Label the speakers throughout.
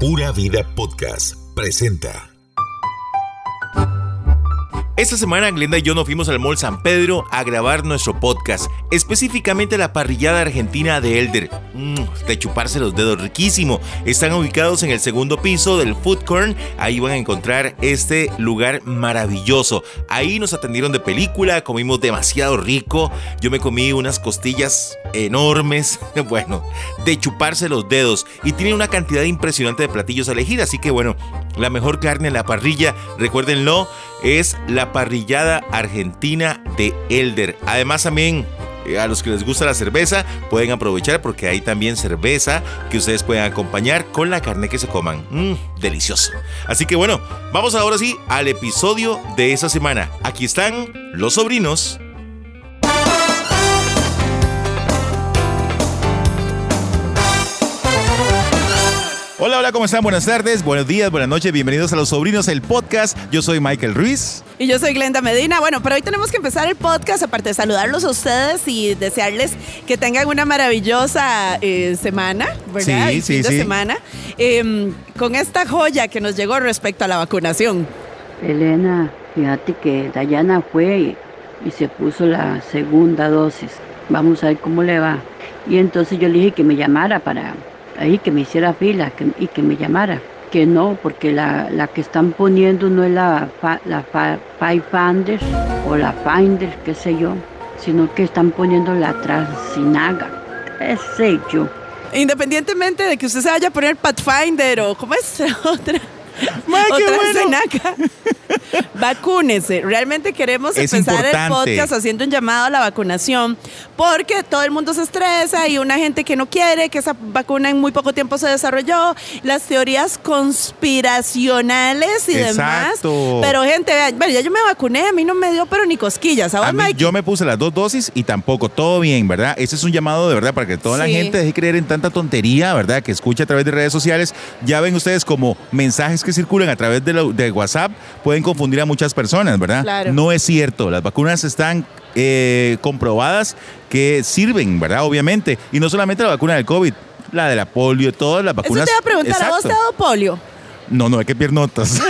Speaker 1: Pura Vida Podcast presenta.
Speaker 2: Esta semana Glenda y yo nos fuimos al Mall San Pedro a grabar nuestro podcast, específicamente la parrillada argentina de Elder. Mm, de chuparse los dedos, riquísimo. Están ubicados en el segundo piso del Food Corn. Ahí van a encontrar este lugar maravilloso. Ahí nos atendieron de película, comimos demasiado rico. Yo me comí unas costillas enormes, bueno, de chuparse los dedos. Y tiene una cantidad impresionante de platillos a elegir, así que bueno, la mejor carne en la parrilla, recuérdenlo, es la parrillada argentina de Elder. Además también eh, a los que les gusta la cerveza pueden aprovechar porque hay también cerveza que ustedes pueden acompañar con la carne que se coman. Mmm, delicioso. Así que bueno, vamos ahora sí al episodio de esta semana. Aquí están los sobrinos. Hola, hola, ¿cómo están? Buenas tardes, buenos días, buenas noches, bienvenidos a Los Sobrinos, el podcast. Yo soy Michael Ruiz.
Speaker 3: Y yo soy Glenda Medina. Bueno, pero hoy tenemos que empezar el podcast, aparte de saludarlos a ustedes y desearles que tengan una maravillosa eh, semana, ¿verdad?
Speaker 2: Sí,
Speaker 3: Y
Speaker 2: sí,
Speaker 3: fin de
Speaker 2: sí.
Speaker 3: semana. eh, con esta joya que nos llegó respecto a la vacunación.
Speaker 4: Elena, fíjate que Dayana fue y, y se puso la segunda dosis. Vamos a ver cómo le va. Y entonces yo le dije que me llamara para ahí, que me hiciera fila que- y que me llamara. Que no, porque la, la que están poniendo no es la, fa- la fa- Finder o la Finder, qué sé yo, sino que están poniendo la Transinaga. Qué sé yo.
Speaker 3: Independientemente de que usted se vaya a poner Pathfinder o ¿cómo es otra?
Speaker 2: qué
Speaker 3: Otra
Speaker 2: bueno.
Speaker 3: cenaca. Vacúnese. Realmente queremos
Speaker 2: Es
Speaker 3: empezar el
Speaker 2: importante.
Speaker 3: podcast haciendo un llamado a la vacunación porque todo el mundo se estresa y una gente que no quiere que esa vacuna en muy poco tiempo se desarrolló, las teorías conspiracionales y
Speaker 2: Exacto.
Speaker 3: demás. Pero gente, vean, bueno, ya yo me vacuné, a mí no me dio pero ni cosquillas.
Speaker 2: A
Speaker 3: ¿Sabes,
Speaker 2: mí,
Speaker 3: Mike?
Speaker 2: yo me puse las dos dosis y tampoco, todo bien, ¿verdad? Ese es un llamado de verdad para que toda la
Speaker 3: Sí.
Speaker 2: gente deje de creer en tanta tontería, ¿verdad? Que escucha a través de redes sociales. Ya ven ustedes como mensajes que circulan a través de, la- de WhatsApp pueden confundir a muchas personas, ¿verdad?
Speaker 3: Claro.
Speaker 2: No es cierto. Las vacunas están eh, comprobadas que sirven, ¿verdad? Obviamente. Y no solamente la vacuna del COVID, la de la polio, todas las
Speaker 3: Eso te
Speaker 2: vacunas.
Speaker 3: iba a preguntar, ¿a vos te
Speaker 2: Exacto.
Speaker 3: ha dado polio?
Speaker 2: No, no, hay que piernotas.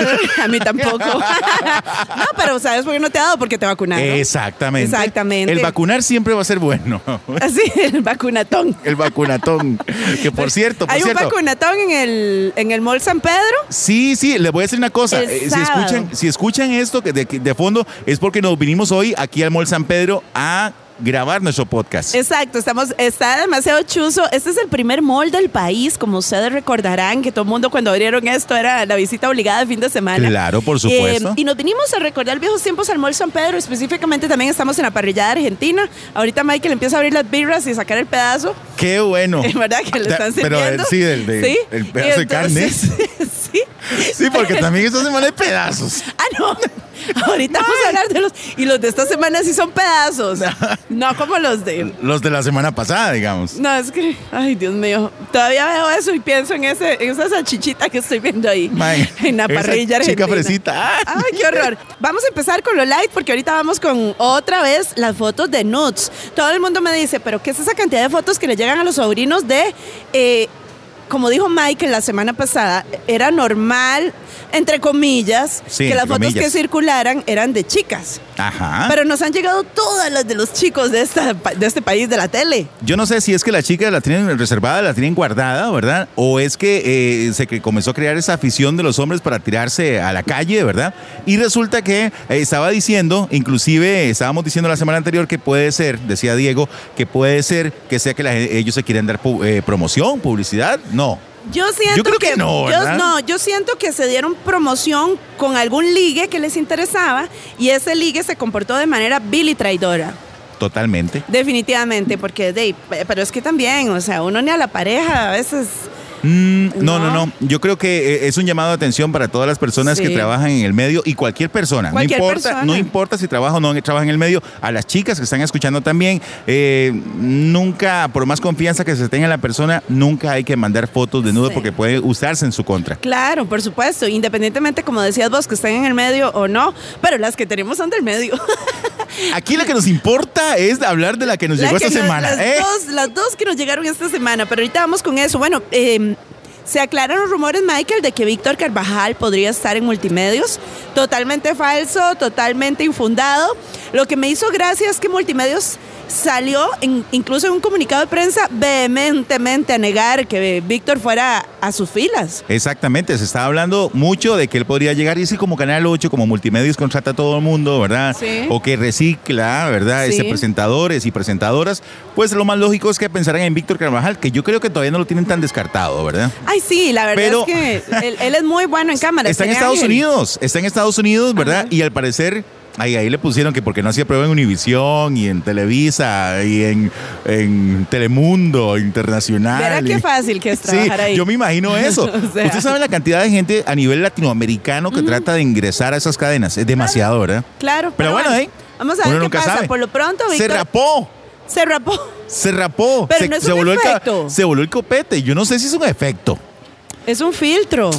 Speaker 3: A mí tampoco. no, pero ¿sabes por qué no te ha dado? Porque te vacunaron.
Speaker 2: Exactamente.
Speaker 3: Exactamente.
Speaker 2: El vacunar siempre va a ser bueno.
Speaker 3: Así, el vacunatón.
Speaker 2: El vacunatón. que por cierto, por
Speaker 3: Hay
Speaker 2: cierto.
Speaker 3: un vacunatón en el, en el Mall San Pedro.
Speaker 2: Sí, sí, les voy a decir una cosa.
Speaker 3: El
Speaker 2: Eh, si,
Speaker 3: sábado.
Speaker 2: escuchan, si escuchan esto que de, de fondo, es porque nos vinimos hoy aquí al Mall San Pedro a grabar nuestro podcast.
Speaker 3: Exacto, estamos, está demasiado chuzo. Este es el primer mall del país, como ustedes recordarán, que todo el mundo cuando abrieron esto era la visita obligada de fin de semana.
Speaker 2: Claro, por supuesto.
Speaker 3: Eh, y nos vinimos a recordar viejos tiempos al Mall San Pedro, específicamente también estamos en la parrillada argentina. Ahorita Michael empieza a abrir las birras y sacar el pedazo.
Speaker 2: Qué bueno.
Speaker 3: Es verdad que le
Speaker 2: Da-
Speaker 3: están
Speaker 2: pero,
Speaker 3: sirviendo.
Speaker 2: eh, sí, del- del- el pedazo de carne.
Speaker 3: carne. sí.
Speaker 2: Sí, porque también esta semana hay pedazos.
Speaker 3: Ah, no. Ahorita vamos a hablar de los. Y los de esta semana sí son pedazos. No como los de.
Speaker 2: Los de la semana pasada, digamos.
Speaker 3: No, es que. Ay, Dios mío. Todavía veo eso y pienso en, ese, en esa salchichita que estoy viendo ahí.
Speaker 2: Man,
Speaker 3: en la
Speaker 2: esa
Speaker 3: parrilla
Speaker 2: Chica
Speaker 3: argentina.
Speaker 2: fresita. Ah.
Speaker 3: Ay, qué horror. Vamos a empezar con lo light porque ahorita vamos con otra vez las fotos de nudes. Todo el mundo me dice, pero ¿qué es esa cantidad de fotos que le llegan a los sobrinos de, eh, como dijo Michael la semana pasada, era normal, entre comillas,
Speaker 2: Sí,
Speaker 3: que las
Speaker 2: entre
Speaker 3: fotos que
Speaker 2: comillas. Ah.
Speaker 3: circularan eran de chicas.
Speaker 2: Ajá.
Speaker 3: Pero nos han llegado todas las de los chicos de, esta, pa- de este país, de la tele.
Speaker 2: Yo no sé si es que la chica la tienen reservada, la tienen guardada, ¿verdad? O es que eh, se cre- comenzó a crear esa afición de los hombres para tirarse a la calle, ¿verdad? Y resulta que eh, estaba diciendo, inclusive eh, estábamos diciendo la semana anterior que puede ser, decía Diego, que puede ser que sea que la gen- ellos se quieren dar pu- eh, promoción, publicidad, no.
Speaker 3: Yo siento
Speaker 2: Yo creo que no,
Speaker 3: yo,
Speaker 2: ¿verdad?
Speaker 3: no, yo siento que se dieron promoción con algún ligue que les interesaba y ese ligue se comportó de manera vil y traidora.
Speaker 2: Totalmente.
Speaker 3: Definitivamente, porque de, pero es que también, o sea, uno ni a la pareja a veces.
Speaker 2: Mm, no, no,
Speaker 3: No.
Speaker 2: no. Yo creo que eh, es un llamado de atención para todas las personas que
Speaker 3: Sí.
Speaker 2: trabajan en el medio y cualquier persona.
Speaker 3: Cualquier
Speaker 2: no importa,
Speaker 3: persona.
Speaker 2: no importa si trabaja o no trabaja en el medio. A las chicas que están escuchando también, eh, nunca, por más confianza que se tenga en la persona, nunca hay que mandar fotos de nudo
Speaker 3: Sí.
Speaker 2: porque puede usarse en su contra.
Speaker 3: Claro, por supuesto, independientemente, como decías vos, que estén en el medio o no, pero las que tenemos son del medio.
Speaker 2: Aquí la que nos importa es hablar de la que nos
Speaker 3: La
Speaker 2: llegó
Speaker 3: que
Speaker 2: esta
Speaker 3: nos-
Speaker 2: semana.
Speaker 3: Las,
Speaker 2: ¿eh?
Speaker 3: dos, las dos que nos llegaron esta semana, pero ahorita vamos con eso. Bueno, eh, Se aclaran los rumores, Michael, de que Víctor Carvajal podría estar en multimedios. Totalmente falso, totalmente infundado. Lo que me hizo gracia es que multimedios salió, en- incluso en un comunicado de prensa, vehementemente a negar que Víctor fuera a sus filas.
Speaker 2: Exactamente, se está hablando mucho de que él podría llegar y sí, como Canal 8, como Multimedios contrata a todo el mundo, ¿verdad?
Speaker 3: Sí.
Speaker 2: O que recicla, ¿verdad?
Speaker 3: Sí.
Speaker 2: Este, presentadores y presentadoras. Pues lo más lógico es que pensaran en Víctor Carvajal, que yo creo que todavía no lo tienen tan descartado, ¿verdad?
Speaker 3: Ay, sí, la verdad
Speaker 2: Pero-
Speaker 3: es que él, él es muy bueno en cámara.
Speaker 2: Está en
Speaker 3: tiene
Speaker 2: Estados
Speaker 3: ángel.
Speaker 2: Unidos, está en Estados Unidos, ¿verdad? Y al parecer, ahí, ahí le pusieron que porque no hacía prueba en Univisión y en Televisa y en, en Telemundo Internacional.
Speaker 3: Verá
Speaker 2: y-
Speaker 3: qué fácil que es
Speaker 2: Sí,
Speaker 3: trabajar ahí.
Speaker 2: yo me imagino eso.
Speaker 3: O sea.
Speaker 2: Usted sabe la cantidad de gente a nivel latinoamericano que trata de ingresar a esas cadenas. Es demasiado, ¿verdad?
Speaker 3: Claro.
Speaker 2: Pero bueno, ¿eh?
Speaker 3: Vamos a
Speaker 2: Uno
Speaker 3: ver qué
Speaker 2: nunca
Speaker 3: pasa.
Speaker 2: sabe.
Speaker 3: Por lo pronto,
Speaker 2: Se
Speaker 3: Víctor
Speaker 2: rapó,
Speaker 3: se rapó.
Speaker 2: se rapó.
Speaker 3: Pero
Speaker 2: se,
Speaker 3: no es
Speaker 2: se
Speaker 3: un
Speaker 2: voló el ca-
Speaker 3: efecto.
Speaker 2: se voló el copete. Yo no sé si es un efecto.
Speaker 3: Es un filtro.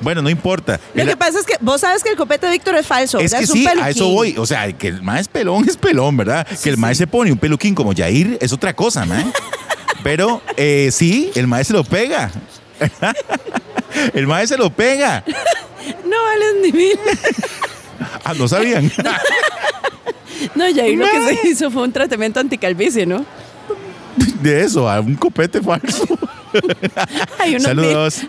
Speaker 2: Bueno, no importa.
Speaker 3: Lo
Speaker 2: El-
Speaker 3: que pasa es que vos sabes que el copete de Víctor es falso.
Speaker 2: es
Speaker 3: ¿verdad?
Speaker 2: que
Speaker 3: un
Speaker 2: sí, a
Speaker 3: peluquín.
Speaker 2: eso voy. O sea, que el maestro es pelón, es pelón, ¿verdad? que el maestro se pone un peluquín como Jair es otra cosa, ¿no? Pero eh, sí, el maestro se lo pega. el maestro se lo pega.
Speaker 3: No vales ni mil.
Speaker 2: Ah, no sabían.
Speaker 3: No, Jair lo que se hizo fue un tratamiento anticalvicie, ¿no?
Speaker 2: De eso, a un copete falso.
Speaker 3: Hay unos
Speaker 2: Saludos.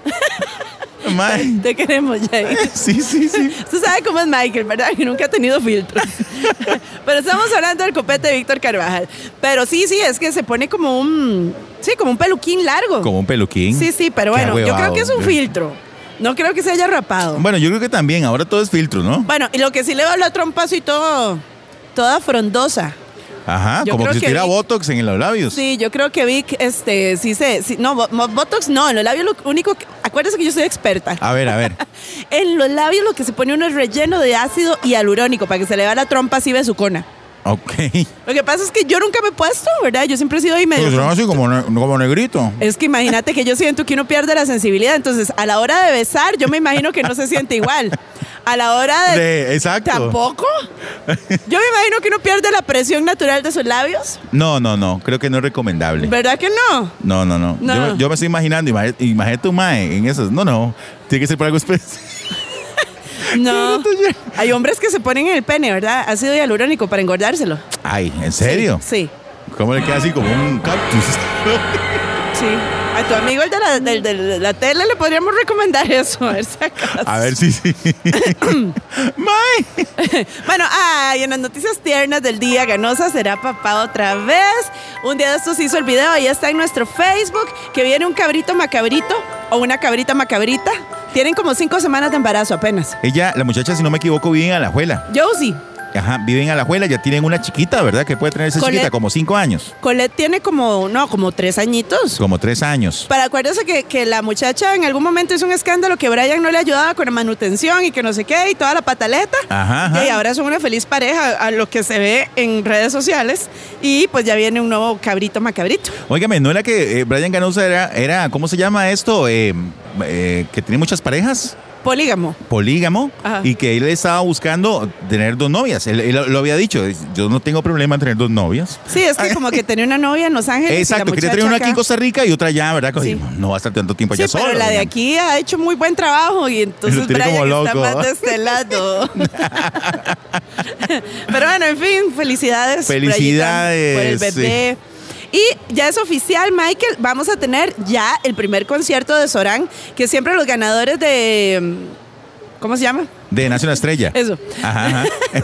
Speaker 2: Mae.
Speaker 3: mil- Te queremos, Jair.
Speaker 2: Sí, sí, sí.
Speaker 3: Usted sabe cómo es Michael, ¿verdad? Que nunca ha tenido filtros. Pero estamos hablando del copete de Víctor Carvajal. Pero sí, sí, es que se pone como un. Sí, como un peluquín largo.
Speaker 2: Como un peluquín.
Speaker 3: Sí, sí, pero
Speaker 2: Qué
Speaker 3: bueno, yo creo
Speaker 2: ahuevado.
Speaker 3: que es un filtro. No creo que se haya rapado.
Speaker 2: Bueno, yo creo que también, ahora todo es filtro, ¿no?
Speaker 3: Bueno, y lo que sí le va la trompa así todo, toda frondosa.
Speaker 2: Ajá,
Speaker 3: Yo
Speaker 2: como
Speaker 3: creo
Speaker 2: que se
Speaker 3: que
Speaker 2: tira
Speaker 3: vi-
Speaker 2: Botox en los labios.
Speaker 3: Sí, yo creo que Vic, este, sí se, sí- no, bo- mo- Botox no, en los labios lo único, que, acuérdese que yo soy experta.
Speaker 2: A ver, a ver.
Speaker 3: En los labios lo que se pone uno es relleno de ácido hialurónico para que se le vea la trompa así besucona.
Speaker 2: Ok.
Speaker 3: Lo que pasa es que yo nunca me he puesto, ¿verdad? Pues Yo siempre he sido ahí medio...
Speaker 2: Pero son así como, ne- como negrito.
Speaker 3: Es que imagínate que yo siento que uno pierde la sensibilidad, entonces a la hora de besar yo me imagino que no se siente igual. A la hora de...
Speaker 2: De- exacto.
Speaker 3: Eh, ¿Tampoco? Yo me imagino que uno pierde la presión natural de sus labios.
Speaker 2: No, no, no. Creo que no es recomendable.
Speaker 3: ¿Verdad que no?
Speaker 2: No, no, no.
Speaker 3: No.
Speaker 2: Yo, yo me estoy imaginando, imagi- imagínate un mae en esas. No, no. Tiene que ser para algo especial.
Speaker 3: No. Hay hombres que se ponen en el pene, ¿verdad? Ácido hialurónico para engordárselo.
Speaker 2: Ay, ¿en serio?
Speaker 3: Sí,
Speaker 2: ¿Cómo le queda así como un cactus?
Speaker 3: sí. A tu amigo el de la, del- del- de la tele le podríamos recomendar eso. A ver si acaso.
Speaker 2: A ver si sí. ¡Mae!
Speaker 3: Bueno, ay, en las noticias tiernas del día, Ganosa será papá otra vez. Un día de estos hizo el video, ya está en nuestro Facebook, que viene un cabrito macabrito o una cabrita macabrita. Tienen como cinco semanas de embarazo apenas.
Speaker 2: Ella, la muchacha, si no me equivoco, vive en Alajuela.
Speaker 3: Josie,
Speaker 2: Ajá, vive en Alajuela, ya tienen una chiquita, ¿verdad? Que puede tener esa
Speaker 3: Colette.
Speaker 2: chiquita, como cinco años,
Speaker 3: Colette tiene como, no, como tres añitos.
Speaker 2: como tres años.
Speaker 3: Para acuérdese que, que la muchacha en algún momento hizo un escándalo que Brian no le ayudaba con la manutención y que no sé qué y toda la pataleta.
Speaker 2: Ajá,
Speaker 3: Y
Speaker 2: ajá.
Speaker 3: ahora son una feliz pareja a lo que se ve en redes sociales. Y pues ya viene un nuevo cabrito macabrito.
Speaker 2: Óigame, ¿no era que eh, Brian Ganosa era, era, ¿cómo se llama esto? Eh, eh, que tiene muchas parejas,
Speaker 3: Polígamo.
Speaker 2: polígamo,
Speaker 3: Ajá.
Speaker 2: y que él estaba buscando tener dos novias. Él, él lo había dicho, es, yo no tengo problema en tener dos novias.
Speaker 3: Sí, es que como que tenía una novia en Los Ángeles. y la
Speaker 2: Ah. Exacto, quería
Speaker 3: muchacha
Speaker 2: tener una
Speaker 3: acá.
Speaker 2: aquí en Costa Rica y otra allá, ¿verdad?
Speaker 3: Sí.
Speaker 2: No va a estar tanto tiempo
Speaker 3: Sí,
Speaker 2: allá Pues solo.
Speaker 3: pero la de
Speaker 2: digamos.
Speaker 3: aquí ha hecho muy buen trabajo y entonces
Speaker 2: Lo tiene
Speaker 3: Brian
Speaker 2: como
Speaker 3: está
Speaker 2: loco. ¿ah?
Speaker 3: más de este lado. pero bueno, en fin, felicidades. Brian, por el
Speaker 2: Felicidades,
Speaker 3: bebé. Y ya es oficial, Michael, vamos a tener ya el primer concierto de Során, que siempre los ganadores de... mm, ¿Cómo se llama?
Speaker 2: De Nación Estrella.
Speaker 3: Eso.
Speaker 2: Ajá, ajá.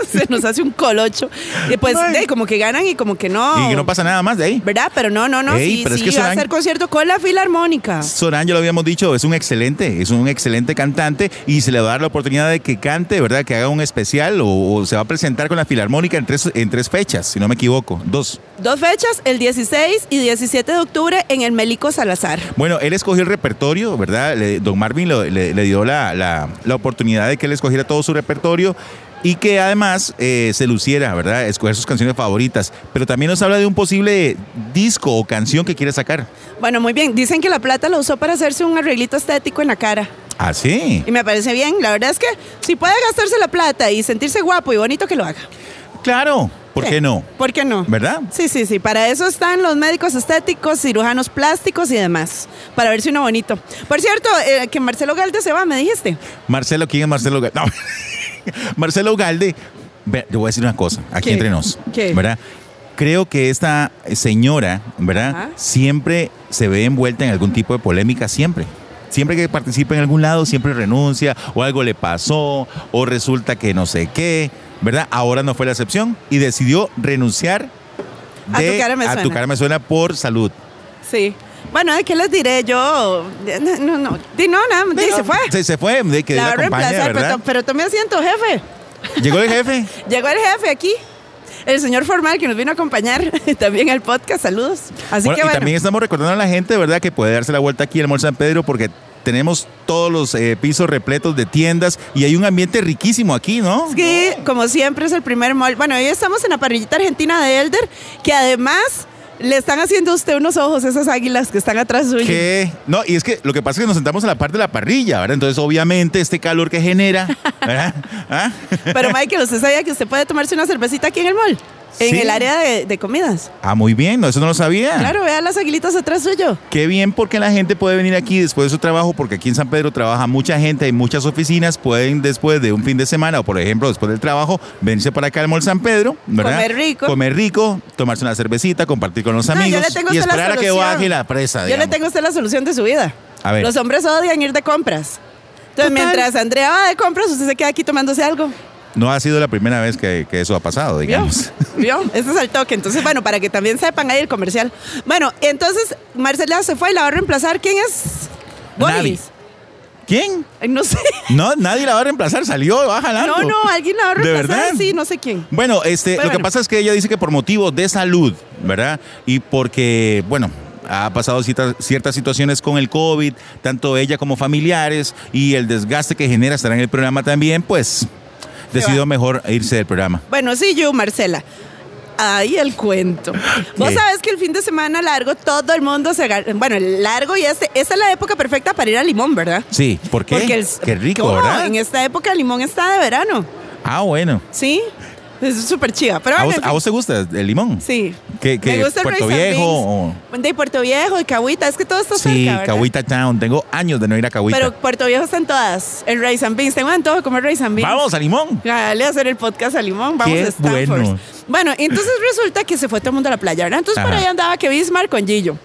Speaker 3: se nos hace un colocho. Y pues, de, como que ganan y como que no.
Speaker 2: Y que no pasa nada más de ahí.
Speaker 3: ¿Verdad? Pero no, no, no.
Speaker 2: Ey,
Speaker 3: sí,
Speaker 2: pero es
Speaker 3: sí,
Speaker 2: que
Speaker 3: va a
Speaker 2: Során-
Speaker 3: hacer concierto con la Filarmónica.
Speaker 2: Során, ya lo habíamos dicho, es un excelente, es un excelente cantante y se le va a dar la oportunidad de que cante, ¿verdad? Que haga un especial o, o se va a presentar con la Filarmónica en tres, en tres fechas, si no me equivoco, dos.
Speaker 3: Dos fechas, el 16 y 17 de octubre en el Melico Salazar.
Speaker 2: Bueno, él escogió el repertorio, ¿verdad? Le- don Marvin lo- le, le dio la, la- la oportunidad de que él escogiera todo su repertorio y que además eh, se luciera, ¿verdad? Escoger sus canciones favoritas. Pero también nos habla de un posible disco o canción que quiere sacar.
Speaker 3: Bueno, muy bien. Dicen que la plata la usó para hacerse un arreglito estético en la cara.
Speaker 2: Ah, sí.
Speaker 3: Y me parece bien. La verdad es que si puede gastarse la plata y sentirse guapo y bonito, que lo haga.
Speaker 2: Claro, ¿Por qué no?
Speaker 3: ¿Por qué no?
Speaker 2: ¿Verdad?
Speaker 3: Sí, sí, sí. Para eso están los médicos estéticos, cirujanos plásticos y demás. Para verse uno bonito. Por cierto, eh, que Marcelo Galde se va, me dijiste.
Speaker 2: Marcelo, ¿quién es Marcelo Galde? No. Marcelo Galde, ve, yo voy a decir una cosa, aquí
Speaker 3: ¿Qué?
Speaker 2: entre nos,
Speaker 3: ¿Qué?
Speaker 2: ¿verdad? Creo que esta señora, ¿verdad?
Speaker 3: Ajá.
Speaker 2: Siempre se ve envuelta en algún tipo de polémica, siempre. Siempre que participa en algún lado, siempre renuncia, o algo le pasó, o resulta que no sé qué, ¿verdad? Ahora no fue la excepción y decidió renunciar
Speaker 3: A tu cara me
Speaker 2: a tu
Speaker 3: suena.
Speaker 2: cara me suena por salud.
Speaker 3: Sí. Bueno, ¿de ¿qué les diré yo? No, no, no. Di, no, nada, di, se fue.
Speaker 2: Se, se fue, de que
Speaker 3: la
Speaker 2: la
Speaker 3: va a
Speaker 2: acompañe,
Speaker 3: reemplazar, pero,
Speaker 2: ¿verdad?
Speaker 3: to- pero tome asiento, jefe.
Speaker 2: Llegó el jefe.
Speaker 3: Llegó el jefe aquí. El señor formal que nos vino a acompañar también al podcast. Saludos. Así
Speaker 2: Bueno,
Speaker 3: que bueno.
Speaker 2: Y también estamos recordando a la gente, ¿verdad?, que puede darse la vuelta aquí al Mall San Pedro porque tenemos todos los eh, pisos repletos de tiendas y hay un ambiente riquísimo aquí, ¿no?
Speaker 3: Es que, como siempre, es el primer mall. Bueno, hoy estamos en la parrillita argentina de Elder, que además le están haciendo a usted unos ojos esas águilas que están atrás suyo.
Speaker 2: Que- No, y es que lo que pasa es que nos sentamos a la parte de la parrilla, ¿verdad? Entonces, obviamente, este calor que genera, ¿verdad? ¿Ah?
Speaker 3: Pero Michael, ¿usted sabía que usted puede tomarse una cervecita aquí en el mall? En
Speaker 2: Sí.
Speaker 3: el área de, de comidas.
Speaker 2: Ah, muy bien, no, eso no lo sabía.
Speaker 3: Claro, vea las aguilitas atrás suyo.
Speaker 2: Qué bien porque la gente puede venir aquí después de su trabajo, porque aquí en San Pedro trabaja mucha gente, hay muchas oficinas, pueden después de un fin de semana o por ejemplo después del trabajo venirse para acá al Mall San Pedro, ¿verdad?
Speaker 3: Comer rico.
Speaker 2: Comer rico, tomarse una cervecita, compartir con los
Speaker 3: No, yo
Speaker 2: amigos
Speaker 3: le tengo
Speaker 2: y
Speaker 3: hasta la
Speaker 2: esperar a que
Speaker 3: solución.
Speaker 2: baje la presa.
Speaker 3: Yo le
Speaker 2: Ah, digamos.
Speaker 3: tengo a usted la solución de su vida.
Speaker 2: A ver.
Speaker 3: Los hombres odian ir de compras.
Speaker 2: Total.
Speaker 3: Entonces, mientras Andrea va de compras, usted se queda aquí tomándose algo.
Speaker 2: No ha sido la primera vez que, que eso ha pasado,
Speaker 3: ¿Vio?
Speaker 2: digamos.
Speaker 3: ¿Vio? Este es el toque. Entonces, bueno, para que también sepan ahí el comercial. Bueno, entonces Marcela se fue y la va a reemplazar. ¿Quién es?
Speaker 2: Nadie.
Speaker 3: Boris.
Speaker 2: ¿Quién?
Speaker 3: Ay, No sé.
Speaker 2: No, nadie la va a reemplazar, salió, baja la.
Speaker 3: No, no, alguien la va a
Speaker 2: ¿De
Speaker 3: reemplazar.
Speaker 2: verdad?
Speaker 3: Sí, no sé quién.
Speaker 2: Bueno, este,
Speaker 3: Pero
Speaker 2: lo que
Speaker 3: bueno.
Speaker 2: pasa es que ella dice que por motivos de salud, ¿verdad? Y porque, bueno, ha pasado ciertas, ciertas situaciones con el COVID, tanto ella como familiares, y el desgaste que genera estar en el programa también, pues decidió
Speaker 3: va.
Speaker 2: mejor irse del programa.
Speaker 3: Bueno, sí, yo, Marcela. Ahí el cuento. Vos
Speaker 2: ¿Qué?
Speaker 3: sabés que el fin de semana largo todo el mundo se agarra. Bueno, el largo y este. Esta es la época perfecta para ir a Limón, ¿verdad?
Speaker 2: Sí, ¿por qué?
Speaker 3: Porque el-
Speaker 2: Qué rico,
Speaker 3: ¿Cómo?
Speaker 2: ¿verdad?
Speaker 3: En esta época Limón está de verano.
Speaker 2: Ah, bueno.
Speaker 3: Sí. Es súper chiva. Pero
Speaker 2: ¿A
Speaker 3: bueno,
Speaker 2: vos,
Speaker 3: en
Speaker 2: a
Speaker 3: fin.
Speaker 2: vos te gusta el limón?
Speaker 3: Sí.
Speaker 2: ¿Qué- qué,
Speaker 3: Me gusta el
Speaker 2: Puerto
Speaker 3: rice and
Speaker 2: Viejo
Speaker 3: beans. De Puerto Viejo, de Cahuita, es que todo está cerca.
Speaker 2: Sí,
Speaker 3: ¿verdad?
Speaker 2: Cahuita Town. Tengo años de no ir a Cahuita.
Speaker 3: Pero Puerto Viejo están todas. El Rice and Beans. Tengo antojo de comer Rice and Beans.
Speaker 2: Vamos a limón.
Speaker 3: Dale a hacer el podcast a Limón. Vamos
Speaker 2: Qué
Speaker 3: a Stanford.
Speaker 2: bueno.
Speaker 3: Bueno. entonces resulta que se fue todo el mundo a la playa, ¿verdad? Entonces por
Speaker 2: Ajá.
Speaker 3: ahí andaba que Bismarck con Gillo.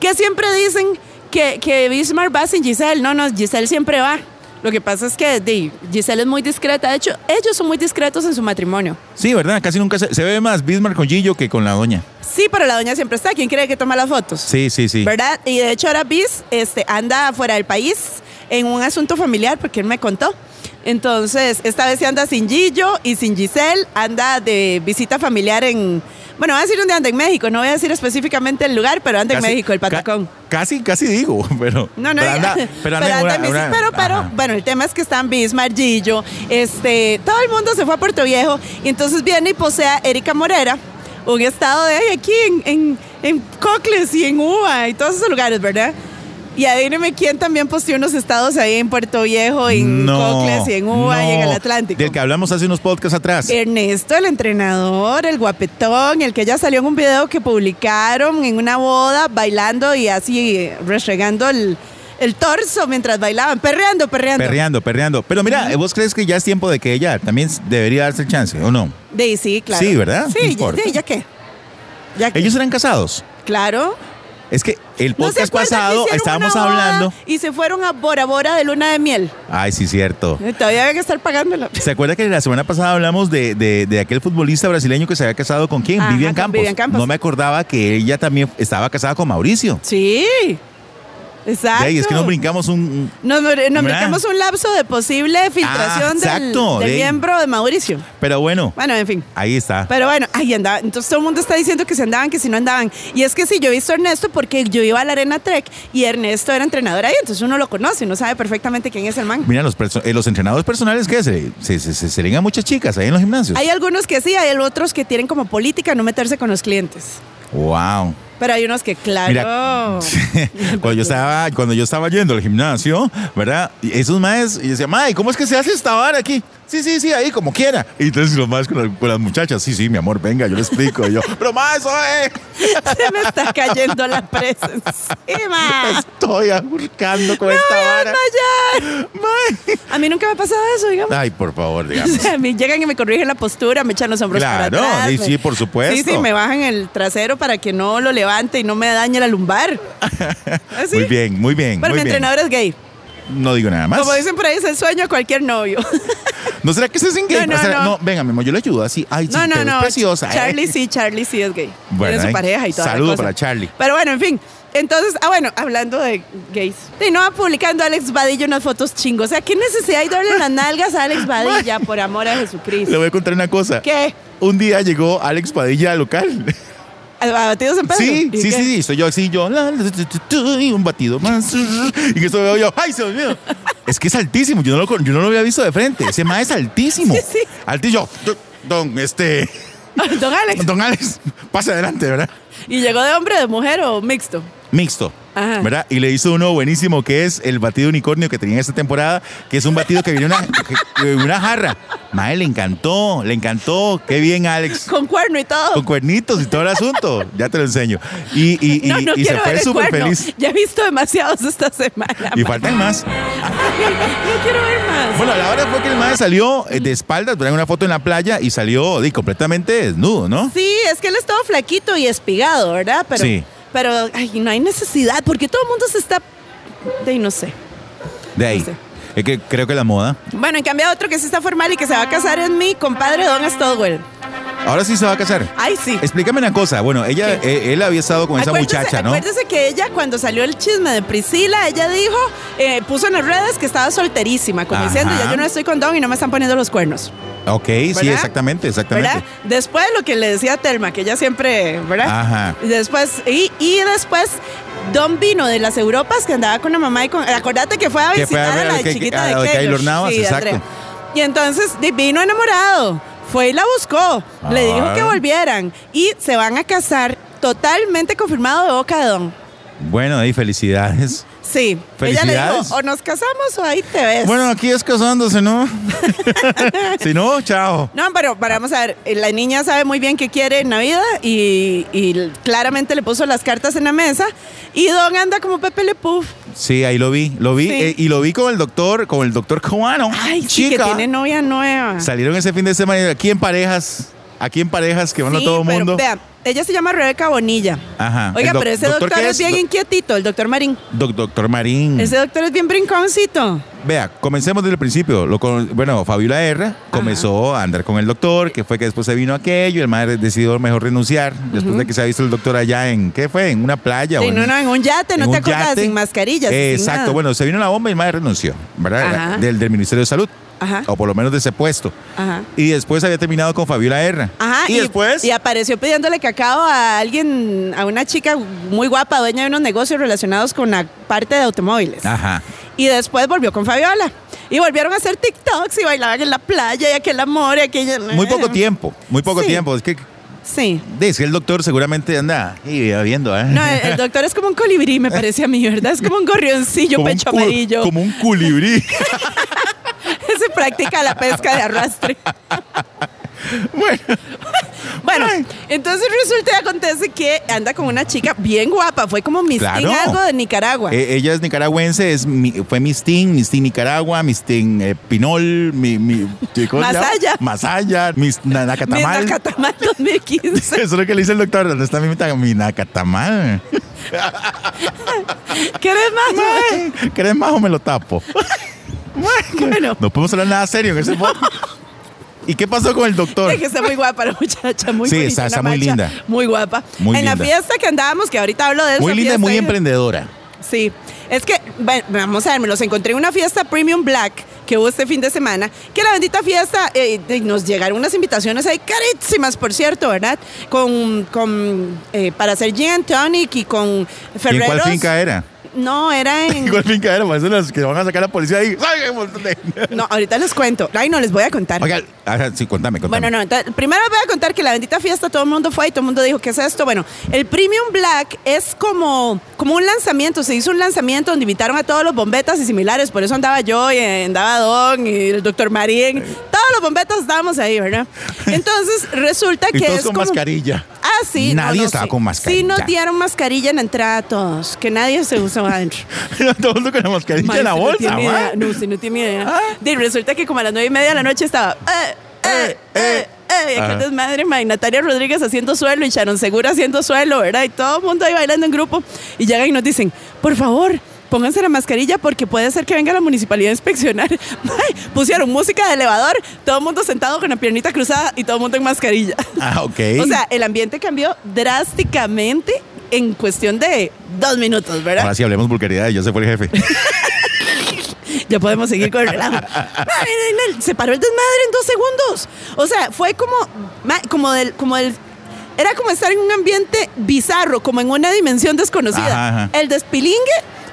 Speaker 3: Que siempre dicen que, que Bismarck va sin Giselle. No, no, Giselle siempre va. Lo que pasa es que di, Giselle es muy discreta. De hecho, ellos son muy discretos en su matrimonio.
Speaker 2: Sí, ¿verdad? Casi nunca se, se ve más Bismarck con Gillo que con la doña.
Speaker 3: Sí, pero la doña siempre está. ¿Quién cree que toma las fotos?
Speaker 2: Sí, sí, sí.
Speaker 3: ¿Verdad? Y de hecho ahora Biz este, anda fuera del país en un asunto familiar porque él me contó. Entonces, esta vez se anda sin Gillo y sin Giselle, anda de visita familiar en... Bueno, voy a decir dónde anda en México, no voy a decir específiamente el lugar, pero anda en
Speaker 2: Casi-
Speaker 3: México, el
Speaker 2: ca-
Speaker 3: Patacón.
Speaker 2: casi, casi digo, pero.
Speaker 3: No, no,
Speaker 2: pero anda,
Speaker 3: ya.
Speaker 2: pero anda en
Speaker 3: anda
Speaker 2: una-
Speaker 3: en bici,
Speaker 2: una-
Speaker 3: pero, pero,
Speaker 2: ajá.
Speaker 3: bueno, el tema es que están Bismarck, Gillo, este, todo el mundo se fue a Puerto Viejo y entonces viene y posea Erika Morera, un estado de ahí aquí en, en, en Cocles y en Uva y todos esos lugares, ¿verdad? Y adivíneme quién también posteó unos estados ahí en Puerto Viejo, en
Speaker 2: No,
Speaker 3: Cocles y en Uva y en
Speaker 2: no,
Speaker 3: el Atlántico.
Speaker 2: Del que hablamos hace unos podcasts atrás.
Speaker 3: Ernesto, el entrenador, el guapetón, el que ya salió en un video que publicaron en una boda bailando y así restregando el, el torso mientras bailaban, perreando, perreando.
Speaker 2: perreando, perreando. Pero mira, ¿vos crees que ya es tiempo de que ella también debería darse el chance o no?
Speaker 3: De, sí, claro.
Speaker 2: Sí, ¿verdad? No
Speaker 3: Sí, ya,
Speaker 2: importa.
Speaker 3: sí, ¿ya qué. Ya qué.
Speaker 2: Ellos eran casados.
Speaker 3: Claro.
Speaker 2: Es que el
Speaker 3: ¿No se
Speaker 2: podcast
Speaker 3: acuerdan que
Speaker 2: pasado
Speaker 3: hicieron
Speaker 2: estábamos
Speaker 3: una boda
Speaker 2: hablando.
Speaker 3: Y se fueron a Bora Bora de luna de miel.
Speaker 2: Ay, sí, cierto.
Speaker 3: Eh, Todavía hay que estar pagándola.
Speaker 2: ¿Se acuerda que la semana pasada hablamos de, de- de aquel futbolista brasileño que se había casado con quién?
Speaker 3: Ajá,
Speaker 2: Vivian,
Speaker 3: con
Speaker 2: Campos.
Speaker 3: Vivian Campos.
Speaker 2: No me acordaba que ella también estaba casada con Mauricio.
Speaker 3: Sí. Exacto.
Speaker 2: Ey, es que nos brincamos un- un,
Speaker 3: Nos, nos brincamos un lapso de posible filtración del-
Speaker 2: Ah, exacto,
Speaker 3: del
Speaker 2: de-
Speaker 3: miembro de Mauricio.
Speaker 2: Pero bueno,
Speaker 3: Bueno, en fin.
Speaker 2: ahí está.
Speaker 3: Pero bueno, ahí andaba. Entonces todo el mundo está diciendo que se andaban, que si no andaban. Y es que sí, yo he visto a Ernesto porque yo iba a la Arena Trek y Ernesto era entrenador ahí, entonces uno lo conoce, uno sabe perfectamente quién es el man.
Speaker 2: Mira, los, perso- eh, los entrenadores personales que se, se, se, se- se ligan muchas chicas ahí en los gimnasios.
Speaker 3: Hay algunos que sí, hay otros que tienen como política no meterse con los clientes.
Speaker 2: Wow.
Speaker 3: Pero hay unos que, claro.
Speaker 2: Mira, cuando yo estaba cuando yo estaba yendo al gimnasio, ¿verdad? Y esos maes y decía, "Mae, ¿cómo es que se hace esta vara aquí?" Sí, sí, sí, ahí como quiera. Y entonces los más con, la- con las muchachas, sí, sí, mi amor, venga, yo le explico. Y yo, pero eh, más, oye,
Speaker 3: Se me está cayendo la presa encima.
Speaker 2: estoy ahorcando con esta vara.
Speaker 3: Vaya.
Speaker 2: Mae.
Speaker 3: A mí nunca me ha pasado eso, digamos.
Speaker 2: Ay, por favor,
Speaker 3: O
Speaker 2: digamos.
Speaker 3: sea, a mí llegan y me corrigen la postura, me echan los hombros
Speaker 2: Claro,
Speaker 3: para atrás.
Speaker 2: y
Speaker 3: me-
Speaker 2: sí, por supuesto.
Speaker 3: Sí, sí, me bajan el trasero para que no lo levante y no me dañe la lumbar. Así.
Speaker 2: Muy bien, muy bien.
Speaker 3: Pero
Speaker 2: muy
Speaker 3: mi
Speaker 2: bien.
Speaker 3: entrenador es gay.
Speaker 2: No digo nada más.
Speaker 3: Como dicen por ahí, es el sueño de cualquier novio.
Speaker 2: ¿No será que ese es en gay?
Speaker 3: No, no,
Speaker 2: O sea,
Speaker 3: no.
Speaker 2: venga, mi amor, yo le ayudo así. Ay, sí,
Speaker 3: No,
Speaker 2: te
Speaker 3: no,
Speaker 2: ves
Speaker 3: no.
Speaker 2: preciosa. eh.
Speaker 3: Charlie sí, Charlie sí es gay.
Speaker 2: Bueno,
Speaker 3: Tiene su
Speaker 2: ¿eh?
Speaker 3: pareja y todo.
Speaker 2: Saludo para Charlie.
Speaker 3: Pero bueno, en fin. Entonces, ah, bueno, hablando de gays. Y no va publicando Alex Badillo unas fotos chingos. O sea, ¿qué necesidad hay de darle las nalgas a Alex Badilla por amor a
Speaker 2: Le
Speaker 3: Jesucristo?
Speaker 2: voy a contar una cosa.
Speaker 3: ¿Qué?
Speaker 2: Un día llegó Alex Padilla al local.
Speaker 3: ¿Abatidos en Pedro?
Speaker 2: Sí,
Speaker 3: ¿Y
Speaker 2: sí, sí,
Speaker 3: qué?
Speaker 2: sí, soy yo así, yo, la, la, tu, tu, tu, y un batido más. Y eso veo yo, ¡ay, se me olvidó! Es que es altísimo, yo no lo, con- yo no lo había visto de frente. Ese ma es altísimo.
Speaker 3: Sí, sí.
Speaker 2: Altillo, don, este,
Speaker 3: Don Alex.
Speaker 2: don Alex, pase adelante, ¿verdad?
Speaker 3: ¿Y llegó de hombre, de mujer o mixto?
Speaker 2: Mixto.
Speaker 3: Ajá.
Speaker 2: ¿Verdad? Y le hizo uno buenísimo que es el batido unicornio que tenía esta temporada, que es un batido que viene en una, que- que- una jarra. Mae, le encantó, le encantó. Qué bien, Alex.
Speaker 3: Con cuerno y todo.
Speaker 2: Con cuernitos y todo el asunto. Ya te lo enseño. Y, y, y,
Speaker 3: no, no
Speaker 2: y se
Speaker 3: quiero ver
Speaker 2: fue
Speaker 3: el
Speaker 2: súper
Speaker 3: cuerno.
Speaker 2: feliz.
Speaker 3: Ya he visto demasiados esta semana.
Speaker 2: Y
Speaker 3: ma.
Speaker 2: faltan más.
Speaker 3: no quiero ver más.
Speaker 2: Bueno, la verdad fue que el mae salió eh, de espaldas, traen una foto en la playa y salió di, completamente desnudo, ¿no?
Speaker 3: Sí, es que él es todo flaquito y espigado, ¿verdad? Pero,
Speaker 2: Sí.
Speaker 3: Pero ay, no hay necesidad, porque todo el mundo se está... De, no sé.
Speaker 2: De ahí.
Speaker 3: No sé.
Speaker 2: Es que creo que la moda.
Speaker 3: Bueno, en cambio otro que sí está formal y que se va a casar es mi compadre Don Stodwell.
Speaker 2: Ahora sí se va a casar.
Speaker 3: Ay, sí.
Speaker 2: Explícame una cosa. Bueno, ella, eh, él había estado con esa
Speaker 3: Acuérdese-
Speaker 2: muchacha, ¿no?
Speaker 3: Acuérdese que ella, cuando salió el chisme de Priscila, ella dijo, eh, puso en las redes que estaba solterísima, como
Speaker 2: Ajá.
Speaker 3: diciendo, ya yo no estoy con Don y no me están poniendo los cuernos,
Speaker 2: Ok, sí,
Speaker 3: ¿Verdad?
Speaker 2: exactamente, exactamente.
Speaker 3: ¿verdad? Después lo que le decía a Telma, que ella siempre, ¿verdad?
Speaker 2: Ajá.
Speaker 3: Y Después, y, y después, Don vino de las Europas que andaba con la mamá y con. Acordate que fue a
Speaker 2: Que fue
Speaker 3: visitar
Speaker 2: a
Speaker 3: a,
Speaker 2: ver a
Speaker 3: la
Speaker 2: la que-
Speaker 3: chiquita
Speaker 2: a
Speaker 3: de
Speaker 2: la de Keylor
Speaker 3: Keylor.
Speaker 2: Navas, exacto.
Speaker 3: Andrea. Y entonces di- vino enamorado, fue y la buscó, le dijo que
Speaker 2: Ah.
Speaker 3: volvieran y se van a casar totalmente confirmado de boca de Don.
Speaker 2: Bueno, ahí felicidades.
Speaker 3: Sí, ella le
Speaker 2: Felicidades.
Speaker 3: dijo, o nos casamos o ahí te ves.
Speaker 2: Bueno, aquí es casándose, ¿no? si no, chao.
Speaker 3: No, pero, pero vamos a ver, eh, la niña sabe muy bien qué quiere en la vida y, y l- claramente le puso las cartas en la mesa y Don anda como Pepe Le Puf.
Speaker 2: Sí, ahí lo vi, lo vi
Speaker 3: Sí.
Speaker 2: eh, y lo vi con el doctor, con el doctor cubano.
Speaker 3: Ay, sí, que tiene novia nueva.
Speaker 2: Salieron ese fin de semana aquí en parejas, aquí en parejas que van a
Speaker 3: Sí,
Speaker 2: todo el
Speaker 3: pero
Speaker 2: mundo.
Speaker 3: vea, ella se llama Rebeca Bonilla.
Speaker 2: Ajá.
Speaker 3: Oiga,
Speaker 2: ¿El doc- Mm.
Speaker 3: pero ese
Speaker 2: doctor
Speaker 3: doctor,
Speaker 2: qué
Speaker 3: es,
Speaker 2: es?
Speaker 3: bien
Speaker 2: Do-
Speaker 3: inquietito, el doctor Marín.
Speaker 2: Doc- doctor Marín.
Speaker 3: Ese doctor es bien brinconcito.
Speaker 2: Vea, comencemos desde el principio. Lo con- bueno, Fabiola Herra comenzó a andar con el doctor, que fue que después se vino aquello, el madre decidió mejor renunciar, después de que se ha visto el doctor allá en, ¿qué fue? En una playa.
Speaker 3: Sí,
Speaker 2: o
Speaker 3: no,
Speaker 2: en,
Speaker 3: no, en un yate,
Speaker 2: en
Speaker 3: no te
Speaker 2: un
Speaker 3: acordás,
Speaker 2: yate.
Speaker 3: sin mascarillas.
Speaker 2: Eh,
Speaker 3: sin
Speaker 2: exacto,
Speaker 3: nada.
Speaker 2: bueno, se vino la bomba y el madre renunció, ¿verdad?
Speaker 3: Ajá.
Speaker 2: Del, del Ministerio de Salud,
Speaker 3: Ajá,
Speaker 2: o por lo menos de ese puesto.
Speaker 3: ajá.
Speaker 2: Y después había terminado con Fabiola Herra.
Speaker 3: Ajá,
Speaker 2: y, después...
Speaker 3: Y apareció pidiéndole cacao a alguien, a una chica muy guapa, dueña de unos negocios relacionados con la parte de automóviles.
Speaker 2: Ajá.
Speaker 3: Y después volvió con Fabiola. Y volvieron a hacer TikToks y bailaban en la playa y aquel amor y aquella.
Speaker 2: Muy poco tiempo, muy poco
Speaker 3: Sí.
Speaker 2: tiempo. Es que,
Speaker 3: Sí.
Speaker 2: es que el doctor seguramente anda y viendo, ¿eh?
Speaker 3: No, el, el doctor es como un colibrí, me parece a mí, ¿verdad? Es como un gorrioncillo,
Speaker 2: Como un
Speaker 3: pecho
Speaker 2: cul-
Speaker 3: amarillo.
Speaker 2: Como un culibrí.
Speaker 3: Se practica la pesca de arrastre.
Speaker 2: bueno.
Speaker 3: Bueno, entonces resulta y acontece que anda con una chica bien guapa. Fue como Miss
Speaker 2: Claro.
Speaker 3: Teen algo de Nicaragua.
Speaker 2: Eh, ella es nicaragüense, es mi- fue Miss Teen, Miss Teen Nicaragua, Miss Teen eh, Pinol, mi, mi, ¿cómo se llama?
Speaker 3: Masaya.
Speaker 2: Masaya, Miss Na-
Speaker 3: Miss
Speaker 2: Nacatamal.
Speaker 3: Nacatamal 2015.
Speaker 2: Eso es lo que le dice el doctor, ¿dónde está mi, ta- mi Nacatamal?
Speaker 3: ¿Quieres más?
Speaker 2: ¿Crees más o me lo tapo?
Speaker 3: Bueno,
Speaker 2: No podemos hablar nada serio en ese podcast. ¿Y qué pasó con el doctor?
Speaker 3: es que está muy guapa la muchacha, muy
Speaker 2: Sí,
Speaker 3: bonita,
Speaker 2: está-
Speaker 3: una
Speaker 2: está muy
Speaker 3: macha,
Speaker 2: linda.
Speaker 3: Muy guapa.
Speaker 2: Muy
Speaker 3: en
Speaker 2: linda.
Speaker 3: la fiesta que andábamos, que ahorita hablo de eso.
Speaker 2: Muy linda y muy emprendedora.
Speaker 3: Sí, es que, bueno, vamos a ver, me los encontré en una fiesta Premium Black que hubo este fin de semana, que la bendita fiesta, eh, de- nos llegaron unas invitaciones ahí carísimas, por cierto, ¿verdad? Con, con eh, para hacer gin and tonic y con
Speaker 2: ¿Y en
Speaker 3: Ferreros.
Speaker 2: cuál finca era?
Speaker 3: No, era
Speaker 2: ¿En
Speaker 3: en...
Speaker 2: cuál finca era? Parece las que van a sacar a la policía ahí. ¡Salgan, montón de-
Speaker 3: No, ahorita les cuento. Ay, no, les voy a contar.
Speaker 2: Oiga, ajá, sí, contame, contame.
Speaker 3: Bueno, no, entonces, primero voy a contar que la bendita fiesta todo el mundo fue y todo el mundo dijo, ¿qué es esto? Bueno, el Premium Black es como, como un lanzamiento, se hizo un lanzamiento donde invitaron a todos los bombetas y similares, por eso andaba yo y eh, andaba Don y el doctor Marín, todo los bombetas estábamos ahí, ¿verdad? Entonces resulta que
Speaker 2: Y todos
Speaker 3: es
Speaker 2: con
Speaker 3: como...
Speaker 2: mascarilla.
Speaker 3: Ah, sí. no,
Speaker 2: Nadie
Speaker 3: no,
Speaker 2: estaba
Speaker 3: sí.
Speaker 2: con mascarilla.
Speaker 3: Sí, nos dieron mascarilla en la entrada a todos, que nadie se usó adentro.
Speaker 2: Todo el mundo con la mascarilla
Speaker 3: Mae,
Speaker 2: en la
Speaker 3: usted
Speaker 2: bolsa,
Speaker 3: no, tiene
Speaker 2: mae. Ah.
Speaker 3: idea. no, usted no tiene idea. De- resulta que como a las nueve y media de la noche estaba. Eh, eh, eh, eh, y
Speaker 2: Ajá.
Speaker 3: aquel desmadre, mae, Natalia Rodríguez haciendo suelo y Sharon Segura haciendo suelo, ¿verdad? Y todo el mundo ahí bailando en grupo. Y llegan y nos dicen, por favor. Pónganse la mascarilla porque puede ser que venga la municipalidad a inspeccionar. Mae, pusieron música de elevador, todo el mundo sentado con la piernita cruzada y todo el mundo en mascarilla.
Speaker 2: Ah, ok.
Speaker 3: O sea, el ambiente cambió drásticamente en cuestión de dos minutos, ¿verdad?
Speaker 2: Ahora sí hablemos vulgaridades, ya se fue el jefe.
Speaker 3: Ya podemos seguir con el relajo. Mae, en el- Se paró el desmadre en dos segundos. O sea, fue como, ma- como del, como del, era como estar en un ambiente bizarro, como en una dimensión desconocida.
Speaker 2: Ajá, ajá.
Speaker 3: El despilingue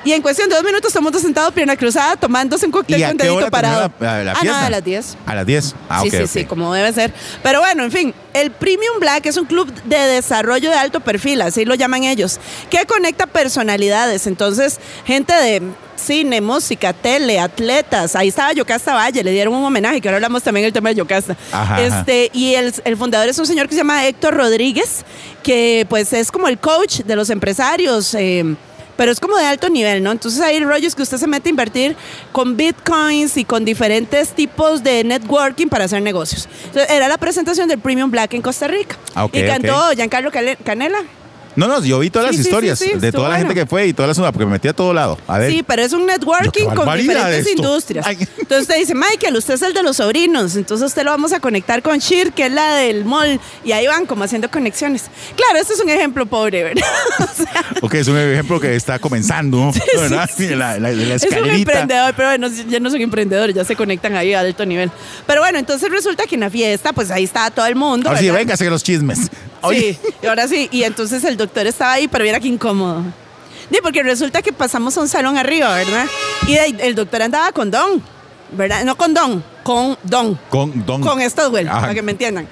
Speaker 3: y en cuestión de dos minutos todo el mundo sentado, pierna cruzada, tomándose un
Speaker 2: ¿Y
Speaker 3: cóctel
Speaker 2: a
Speaker 3: con
Speaker 2: qué hora
Speaker 3: dedito
Speaker 2: terminó
Speaker 3: parado.
Speaker 2: la, la- la
Speaker 3: Ah,
Speaker 2: fiesta?
Speaker 3: nada, a las 10.
Speaker 2: A las 10. Ah,
Speaker 3: sí,
Speaker 2: ok,
Speaker 3: sí,
Speaker 2: ok.
Speaker 3: sí, como debe ser. Pero bueno, en fin, el Premium Black es un club de desarrollo de alto perfil, así lo llaman ellos, que conecta personalidades. Entonces, gente de cine, música, tele, atletas. Ahí estaba Yocasta Valle, le dieron un homenaje, que ahora hablamos también del tema de Yocasta.
Speaker 2: Ajá, ajá.
Speaker 3: Este, y el, el fundador es un señor que se llama Héctor Rodríguez, que pues es como el coach de los empresarios. eh, pero es como de alto nivel, ¿no? Entonces ahí el rollo es que usted se mete a invertir con bitcoins y con diferentes tipos de networking para hacer negocios. Entonces, era la presentación del Premium Black en Costa Rica.
Speaker 2: Ah, ok,
Speaker 3: y cantó
Speaker 2: ok.
Speaker 3: Giancarlo Cale- Canela.
Speaker 2: No, no, yo vi todas las
Speaker 3: Sí, sí, sí,
Speaker 2: historias
Speaker 3: sí,
Speaker 2: de
Speaker 3: estuvo
Speaker 2: toda la gente
Speaker 3: bueno.
Speaker 2: que fue y todas las una, porque me metí a todo lado. A ver.
Speaker 3: Sí, pero es un networking
Speaker 2: Yo, qué
Speaker 3: con
Speaker 2: ¿Eh? barbaridad
Speaker 3: diferentes
Speaker 2: esto.
Speaker 3: industrias.
Speaker 2: Ay.
Speaker 3: Entonces usted dice, Michael, usted es el de los sobrinos, entonces usted lo vamos a conectar con Shir, que es la del mall, y ahí van como haciendo conexiones. Claro, este es un ejemplo pobre, ¿verdad? O sea,
Speaker 2: Ok, es un ejemplo que está comenzando, ¿no? ¿verdad? La, la- la
Speaker 3: Es un
Speaker 2: escalerita.
Speaker 3: emprendedor, pero bueno, ya no son emprendedores, ya se conectan ahí a alto nivel. Pero bueno, entonces resulta que en la fiesta, pues ahí está todo el mundo.
Speaker 2: Ahora Ah, sí,
Speaker 3: ¿verdad?
Speaker 2: venga a los chismes. Oye,
Speaker 3: Sí, y ahora sí. Y entonces el doctor estaba ahí, pero viera que incómodo. Sí, porque resulta que pasamos a un salón arriba, ¿verdad? Y ahí el doctor andaba con don, ¿verdad? No con don, con don.
Speaker 2: con Don.
Speaker 3: Con Stodwell,
Speaker 2: Ajá.
Speaker 3: para que me entiendan.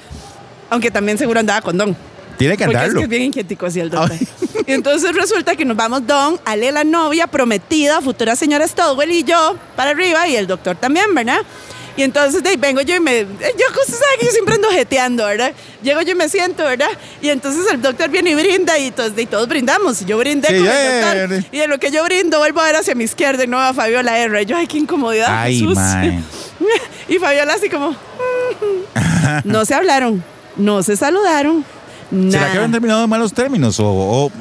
Speaker 3: Aunque también seguro andaba con don.
Speaker 2: Tiene que
Speaker 3: Porque
Speaker 2: andarlo.
Speaker 3: es que es bien inquietico así el doctor. Y entonces resulta que nos vamos Don, Ale, la novia prometida, futura señora Stowell y yo para arriba y el doctor también, ¿verdad? Y entonces de ahí vengo yo y me... eh, Yo, usted sabe que yo siempre ando jeteando, ¿verdad? Llego yo y me siento, ¿verdad? Y entonces el doctor viene y brinda y todos, y todos brindamos. Y yo brindé
Speaker 2: Sí,
Speaker 3: con
Speaker 2: ya, ya,
Speaker 3: el doctor.
Speaker 2: ya.
Speaker 3: Y de lo que yo brindo, vuelvo a ver hacia mi izquierda y no a Fabiola R. Yo, ay, qué incomodidad.
Speaker 2: Ay,
Speaker 3: Jesús.
Speaker 2: mae.
Speaker 3: Y Fabiola así como... mm. no se hablaron, no se saludaron.
Speaker 2: ¿Será que
Speaker 3: nada.
Speaker 2: habían terminado en malos términos? O, o-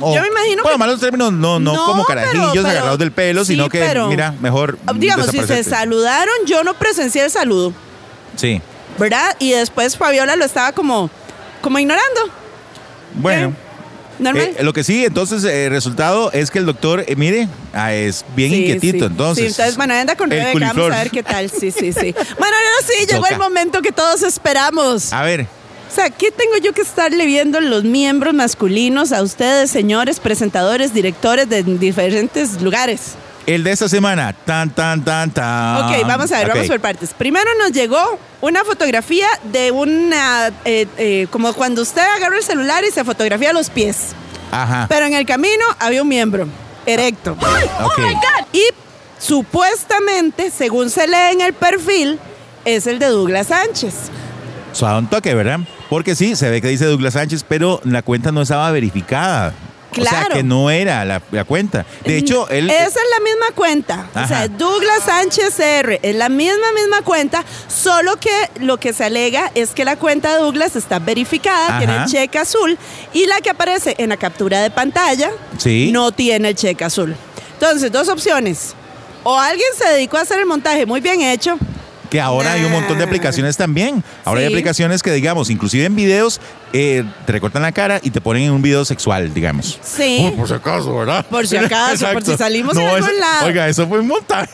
Speaker 2: o-
Speaker 3: Yo me imagino
Speaker 2: Bueno,
Speaker 3: que-
Speaker 2: malos términos no, no,
Speaker 3: No,
Speaker 2: como
Speaker 3: pero-
Speaker 2: carajillos
Speaker 3: pero-
Speaker 2: agarrados del pelo,
Speaker 3: sí,
Speaker 2: sino que,
Speaker 3: pero- ah,
Speaker 2: mira, mejor. mm,
Speaker 3: Digamos, si se
Speaker 2: desaparecerte.
Speaker 3: saludaron, yo no presencié el saludo,
Speaker 2: Sí.
Speaker 3: ¿verdad? Y después Fabiola lo estaba como, como ignorando.
Speaker 2: Bueno.
Speaker 3: Normal.
Speaker 2: Eh, lo que sí, entonces, el resultado es que el doctor, eh, mire, ah, es bien
Speaker 3: Sí,
Speaker 2: inquietito,
Speaker 3: sí.
Speaker 2: entonces.
Speaker 3: Sí, entonces, bueno, anda con
Speaker 2: El
Speaker 3: Rebeca, vamos
Speaker 2: coliflor.
Speaker 3: a ver qué tal. Sí, sí, sí. Bueno, ahora sí, llegó
Speaker 2: Toca. Ah.
Speaker 3: el momento que todos esperamos.
Speaker 2: A ver,
Speaker 3: O sea, ¿qué tengo yo que estarle viendo los miembros masculinos a ustedes, señores, presentadores, directores de diferentes lugares?
Speaker 2: el de esta semana, tan, tan, tan, tan.
Speaker 3: Ok, vamos a ver, vamos
Speaker 2: Ah, Ok.
Speaker 3: por partes. Primero nos llegó una fotografía de una, eh, eh, como cuando usted agarra el celular y se fotografía los pies.
Speaker 2: Ajá.
Speaker 3: Pero en el camino había un miembro, erecto.
Speaker 2: ok.
Speaker 3: Y supuestamente, según se lee en el perfil, es el de Douglas Sánchez.
Speaker 2: Suave un toque, ¿verdad? Porque sí, se ve que dice Douglas Sánchez, pero la cuenta no estaba verificada. O sea,
Speaker 3: Claro.
Speaker 2: que no era la, la cuenta. De hecho, él.
Speaker 3: Em,
Speaker 2: eh,
Speaker 3: Esa es la misma cuenta. O
Speaker 2: Ajá.
Speaker 3: sea, Douglas Sánchez R. Es la misma, misma cuenta. Solo que lo que se alega es que la cuenta de Douglas está verificada,
Speaker 2: Ajá.
Speaker 3: tiene el cheque azul. Y la que aparece en la captura de pantalla
Speaker 2: Sí.
Speaker 3: no tiene el cheque azul. Entonces, dos opciones. O alguien se dedicó a hacer el montaje muy bien hecho.
Speaker 2: Que ahora hay un montón de aplicaciones también. Ahora hay
Speaker 3: Sí.
Speaker 2: aplicaciones que, digamos, inclusive en videos, eh, te recortan la cara y te ponen en un video sexual, digamos.
Speaker 3: Sí.
Speaker 2: Oh, si acaso, ¿verdad?
Speaker 3: Por si acaso, por si
Speaker 2: Exacto.
Speaker 3: salimos en algún
Speaker 2: eso-
Speaker 3: lado.
Speaker 2: Oiga, eso fue un montaje.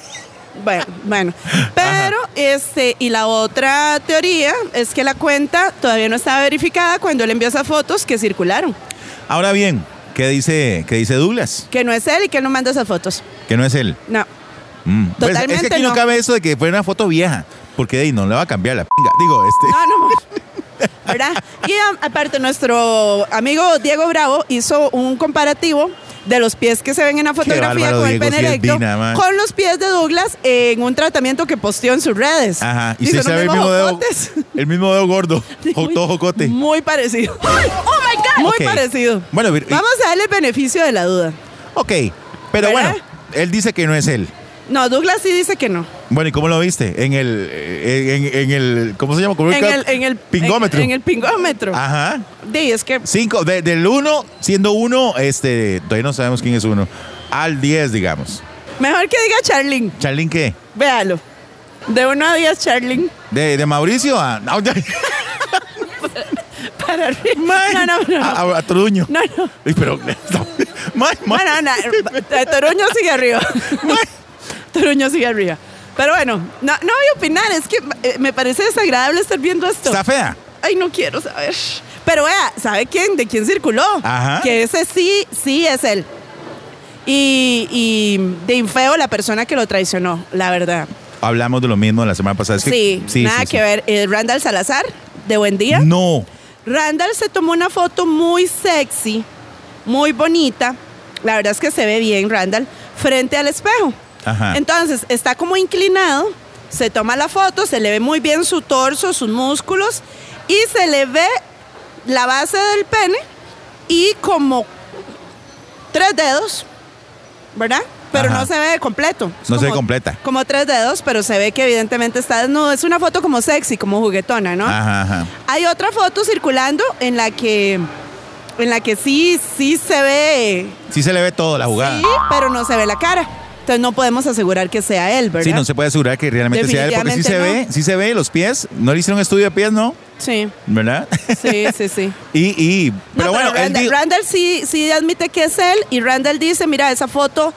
Speaker 3: Bueno, bueno. Pero, este, y la otra teoría es que la cuenta todavía no estaba verificada cuando él envió esas fotos que circularon.
Speaker 2: Ahora bien, ¿qué dice, qué dice Douglas?
Speaker 3: Que no es él y que él no manda esas fotos.
Speaker 2: Que no es él.
Speaker 3: No.
Speaker 2: Mm. Pues, es
Speaker 3: Totalmente
Speaker 2: que aquí no.
Speaker 3: no.
Speaker 2: cabe eso de que fue una foto vieja, porque de ahí no le va a cambiar la pinga. Digo, este.
Speaker 3: No, ah, no. ¿Verdad? Y a- aparte, nuestro amigo Diego Bravo hizo un comparativo de los pies que se ven en la fotografía
Speaker 2: bárbaro,
Speaker 3: con el
Speaker 2: Diego,
Speaker 3: pene
Speaker 2: sí es
Speaker 3: erecto,
Speaker 2: Dina, ma.
Speaker 3: con los pies de Douglas en un tratamiento que posteó en sus redes.
Speaker 2: Ajá. Y
Speaker 3: Dice,
Speaker 2: se
Speaker 3: "No
Speaker 2: sabe el
Speaker 3: mismo
Speaker 2: mismo dedo.
Speaker 3: jocotes".
Speaker 2: El mismo dedo gordo. jo-
Speaker 3: Muy-
Speaker 2: Todo jocote.
Speaker 3: Muy parecido. ¡Oh, my God! Muy
Speaker 2: Ok.
Speaker 3: parecido.
Speaker 2: Bueno, vir- y-
Speaker 3: Vamos a darle el beneficio de la duda.
Speaker 2: ok. Pero
Speaker 3: ¿Verdad?
Speaker 2: bueno, él dice que no es él.
Speaker 3: No, Douglas sí dice que no.
Speaker 2: Bueno, ¿y cómo lo viste? En el. eh, En, en el ¿Cómo se llama? ¿Cómo
Speaker 3: En el, en el
Speaker 2: pingómetro. Ah.
Speaker 3: En, en el pingómetro.
Speaker 2: Ajá.
Speaker 3: Di, es que
Speaker 2: Cinco. de- del uno, siendo uno, este. Todavía no sabemos quién es uno. Al 10, digamos.
Speaker 3: mejor que diga Charlene.
Speaker 2: ¿Charlín qué?
Speaker 3: Véalo. De uno a 10, Charlene.
Speaker 2: ¿De, de Mauricio a.? No, ya-
Speaker 3: Para arriba.
Speaker 2: Mae.
Speaker 3: No, no, no.
Speaker 2: A, a- a Toruño.
Speaker 3: No, no.
Speaker 2: Ay, Pero. Mae, mae.
Speaker 3: Bueno, no, eh, Toruño sigue arriba. Toruño sigue arriba. Pero bueno, no, no voy a opinar, es que eh, me parece desagradable estar viendo esto.
Speaker 2: Está fea.
Speaker 3: Ay, no quiero saber. Pero vea, ¿sabe quién? ¿De quién circuló?
Speaker 2: Ajá.
Speaker 3: Que ese sí, sí es él. Y, y de infeo la persona que lo traicionó, la verdad.
Speaker 2: Hablamos de lo mismo la semana pasada. Es que-
Speaker 3: Sí, nada
Speaker 2: sí,
Speaker 3: que
Speaker 2: sí.
Speaker 3: ver. Eh, Randall Salazar, de Buen Día.
Speaker 2: No.
Speaker 3: Randall se tomó una foto muy sexy, muy bonita. La verdad es que se ve bien Randall frente al espejo.
Speaker 2: Ajá.
Speaker 3: Entonces está como inclinado, se toma la foto, se le ve muy bien su torso, sus músculos y se le ve la base del pene y como tres dedos, ¿verdad? Pero
Speaker 2: Ajá.
Speaker 3: no se ve completo. Es
Speaker 2: No se ve completa.
Speaker 3: Como tres dedos, pero se ve que evidentemente está desnudo. Es una foto como sexy, como juguetona, ¿no?
Speaker 2: Ajá, ajá.
Speaker 3: Hay otra foto circulando en la que en la que sí sí se ve,
Speaker 2: Sí se le ve todo la jugada.
Speaker 3: sí, pero no se ve la cara. Entonces no podemos asegurar que sea él, ¿verdad?
Speaker 2: Sí, no se puede asegurar que realmente sea él, porque sí se
Speaker 3: Definitivamente
Speaker 2: ve, sí se ve los pies. No le hicieron estudio de pies, ¿no?
Speaker 3: Sí,
Speaker 2: ¿Verdad?
Speaker 3: sí, sí, sí.
Speaker 2: y, y,
Speaker 3: No,
Speaker 2: pero bueno, él
Speaker 3: Randall,
Speaker 2: dijo-
Speaker 3: Randall sí, sí admite que es él y Randall dice, mira, esa foto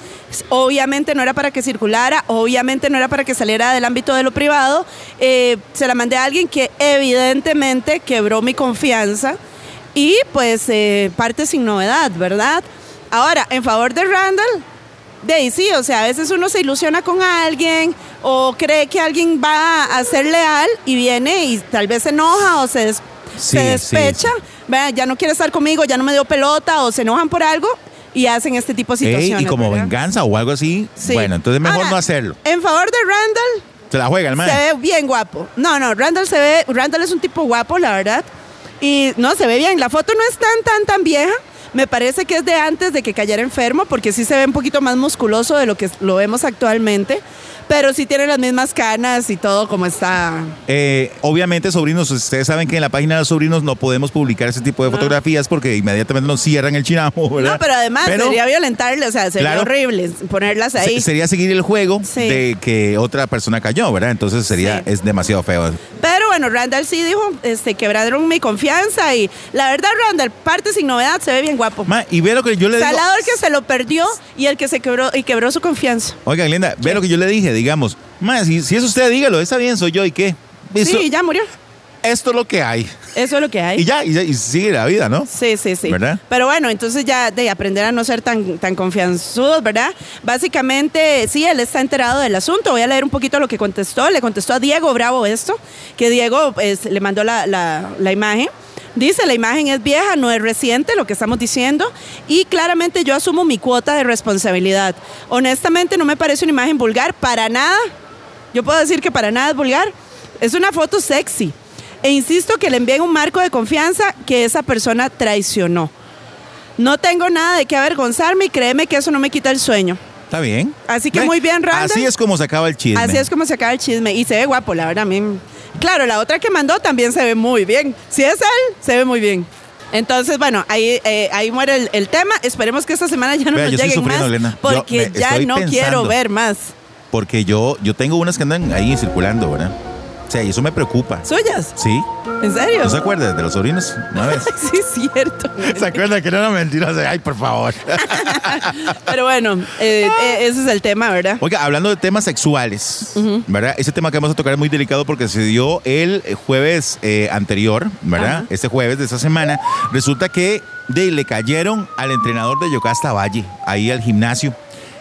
Speaker 3: obviamente no era para que circulara, obviamente no era para que saliera del ámbito de lo privado, eh, se la mandé a alguien que evidentemente quebró mi confianza y pues eh, parte sin novedad, ¿verdad? Ahora, en favor de Randall, Daisy, o sea, a veces uno se ilusiona con alguien o cree que alguien va a ser leal y viene y tal vez se enoja o se, des-
Speaker 2: Sí,
Speaker 3: se
Speaker 2: sí,
Speaker 3: despecha,
Speaker 2: sí.
Speaker 3: vea, ya no quiere estar conmigo, ya no me dio pelota o se enojan por algo y hacen este tipo de
Speaker 2: Ey,
Speaker 3: situaciones.
Speaker 2: y como
Speaker 3: ¿verdad?
Speaker 2: venganza o algo así,
Speaker 3: Sí.
Speaker 2: bueno, entonces mejor
Speaker 3: Ahora,
Speaker 2: no hacerlo.
Speaker 3: En favor de Randall,
Speaker 2: Se la juega el man.
Speaker 3: se ve bien guapo. No, no, Randall se ve, Randall es un tipo guapo, la verdad. Y no, se ve bien. La foto no es tan, tan, tan vieja. Me parece que es de antes de que cayera enfermo, porque sí se ve un poquito más musculoso de lo que lo vemos actualmente. Pero sí tiene las mismas canas y todo como está.
Speaker 2: Eh, obviamente, sobrinos, ustedes saben que en la página de los sobrinos no podemos publicar ese tipo de fotografías porque inmediatamente nos cierran el chinamo, ¿verdad?
Speaker 3: No, pero además
Speaker 2: Pero
Speaker 3: sería violentarle, o sea, sería
Speaker 2: Claro.
Speaker 3: horrible ponerlas
Speaker 2: se-
Speaker 3: ahí.
Speaker 2: sería seguir el juego
Speaker 3: Sí.
Speaker 2: de que otra persona cayó, ¿verdad? Entonces sería,
Speaker 3: Sí.
Speaker 2: es demasiado feo.
Speaker 3: Pero bueno, Randall sí dijo, este, quebraron mi confianza y la verdad, Randall, parte sin novedad, se ve bien guapo.
Speaker 2: Ma, y ve lo que yo le digo.
Speaker 3: Salado el que se lo perdió y el que se quebró y quebró su confianza.
Speaker 2: Oiga, Linda, ve lo que yo le dije, digamos. Ma, si, si es usted, dígalo, está bien, soy yo, ¿y qué? Eso-
Speaker 3: Sí, ya murió.
Speaker 2: Esto es lo que hay.
Speaker 3: Eso es lo que hay.
Speaker 2: Y ya, y, ya, y sigue la vida, ¿no?
Speaker 3: Sí, sí, sí.
Speaker 2: ¿Verdad?
Speaker 3: Pero bueno, entonces ya de aprender a no ser tan, tan confianzudos, ¿verdad? Básicamente, sí, él está enterado del asunto. Voy a leer un poquito lo que contestó. Le contestó a Diego Bravo esto, que Diego pues, le mandó la, la- la imagen. Dice, la imagen es vieja, no es reciente, lo que estamos diciendo, y claramente yo asumo mi cuota de responsabilidad. Honestamente, no me parece una imagen vulgar, para nada. Yo puedo decir que para nada es vulgar. Es una foto sexy. E insisto que le envíen un marco de confianza que esa persona traicionó. No tengo nada de qué avergonzarme y créeme que eso no me quita el sueño.
Speaker 2: Está bien.
Speaker 3: Así que
Speaker 2: Ve,
Speaker 3: muy bien, Randall.
Speaker 2: Así es como se acaba el chisme.
Speaker 3: Así es como se acaba el chisme. Y se ve guapo, la verdad. a mí- Claro, la otra que mandó también se ve muy bien. Si es él, se ve muy bien. Entonces, bueno, ahí, eh, ahí muere el, el tema. Esperemos que esta semana ya no
Speaker 2: Vea,
Speaker 3: nos
Speaker 2: yo estoy
Speaker 3: lleguen más.
Speaker 2: sufriendo, Elena. Yo
Speaker 3: Porque
Speaker 2: me
Speaker 3: ya
Speaker 2: estoy
Speaker 3: no
Speaker 2: pensando.
Speaker 3: quiero ver más.
Speaker 2: Porque yo, yo tengo unas que andan ahí circulando, ¿verdad? O sea, y eso me preocupa.
Speaker 3: ¿Suyas?
Speaker 2: ¿Sí?
Speaker 3: ¿En serio?
Speaker 2: ¿No se acuerdas de los sobrinos? Una vez.
Speaker 3: Sí, es cierto.
Speaker 2: ¿Se acuerdan que no era mentira? Ay, por favor.
Speaker 3: Pero bueno, eh, eh, ese es el tema, ¿verdad?
Speaker 2: Oiga, hablando de temas sexuales, ¿verdad? Ese tema que vamos a tocar es muy delicado porque se dio el jueves eh, anterior, ¿verdad?
Speaker 3: Ajá.
Speaker 2: Este jueves de esta semana. Resulta que de- le cayeron al entrenador de Yocasta Valle, ahí al gimnasio,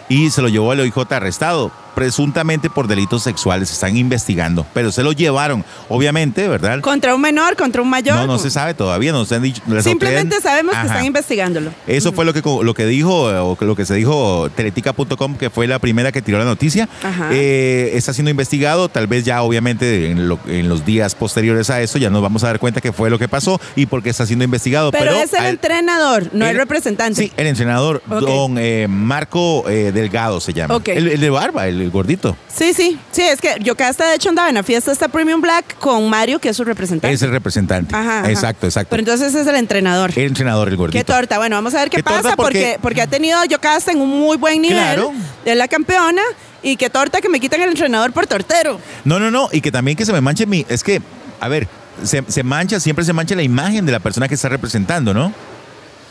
Speaker 2: y se lo llevó al OIJ arrestado. presuntamente por delitos sexuales. Están investigando, pero se lo llevaron, obviamente, ¿verdad?
Speaker 3: Contra un menor, contra un mayor.
Speaker 2: No, no se sabe todavía, no se han dicho. las
Speaker 3: Simplemente
Speaker 2: autoridades-
Speaker 3: sabemos que
Speaker 2: Ajá.
Speaker 3: están investigándolo.
Speaker 2: Eso fue lo que, co- lo que dijo, eh, o lo que se dijo Teletica.com, que fue la primera que tiró la noticia.
Speaker 3: Ajá.
Speaker 2: Eh, está siendo investigado, tal vez ya obviamente en, lo- en los días posteriores a eso ya nos vamos a dar cuenta qué fue lo que pasó y por qué está siendo investigado.
Speaker 3: Pero,
Speaker 2: Pero,
Speaker 3: es el
Speaker 2: al-
Speaker 3: entrenador, no el,
Speaker 2: el-
Speaker 3: representante.
Speaker 2: Sí, el entrenador,
Speaker 3: Ok.
Speaker 2: don eh, Marco eh, Delgado se llama.
Speaker 3: Ok.
Speaker 2: El, el de barba, el, el gordito.
Speaker 3: Sí, sí, sí, es que yo que hasta de hecho andaba en la fiesta esta Premium Black con Mario, que es su representante.
Speaker 2: Es el representante.
Speaker 3: Ajá, ajá.
Speaker 2: Exacto, exacto.
Speaker 3: Pero entonces es el entrenador.
Speaker 2: el entrenador, el gordito.
Speaker 3: Qué torta. Bueno, vamos a ver qué,
Speaker 2: Qué torta
Speaker 3: pasa porque, porque,
Speaker 2: porque-
Speaker 3: ha tenido Yocasta en un muy buen nivel.
Speaker 2: Claro.
Speaker 3: Es la campeona y qué torta que me quitan el entrenador por tortero.
Speaker 2: No, no, no. Y que también que se me manche mi. Es que, a ver, se, se mancha, siempre se mancha la imagen de la persona que está representando, ¿no?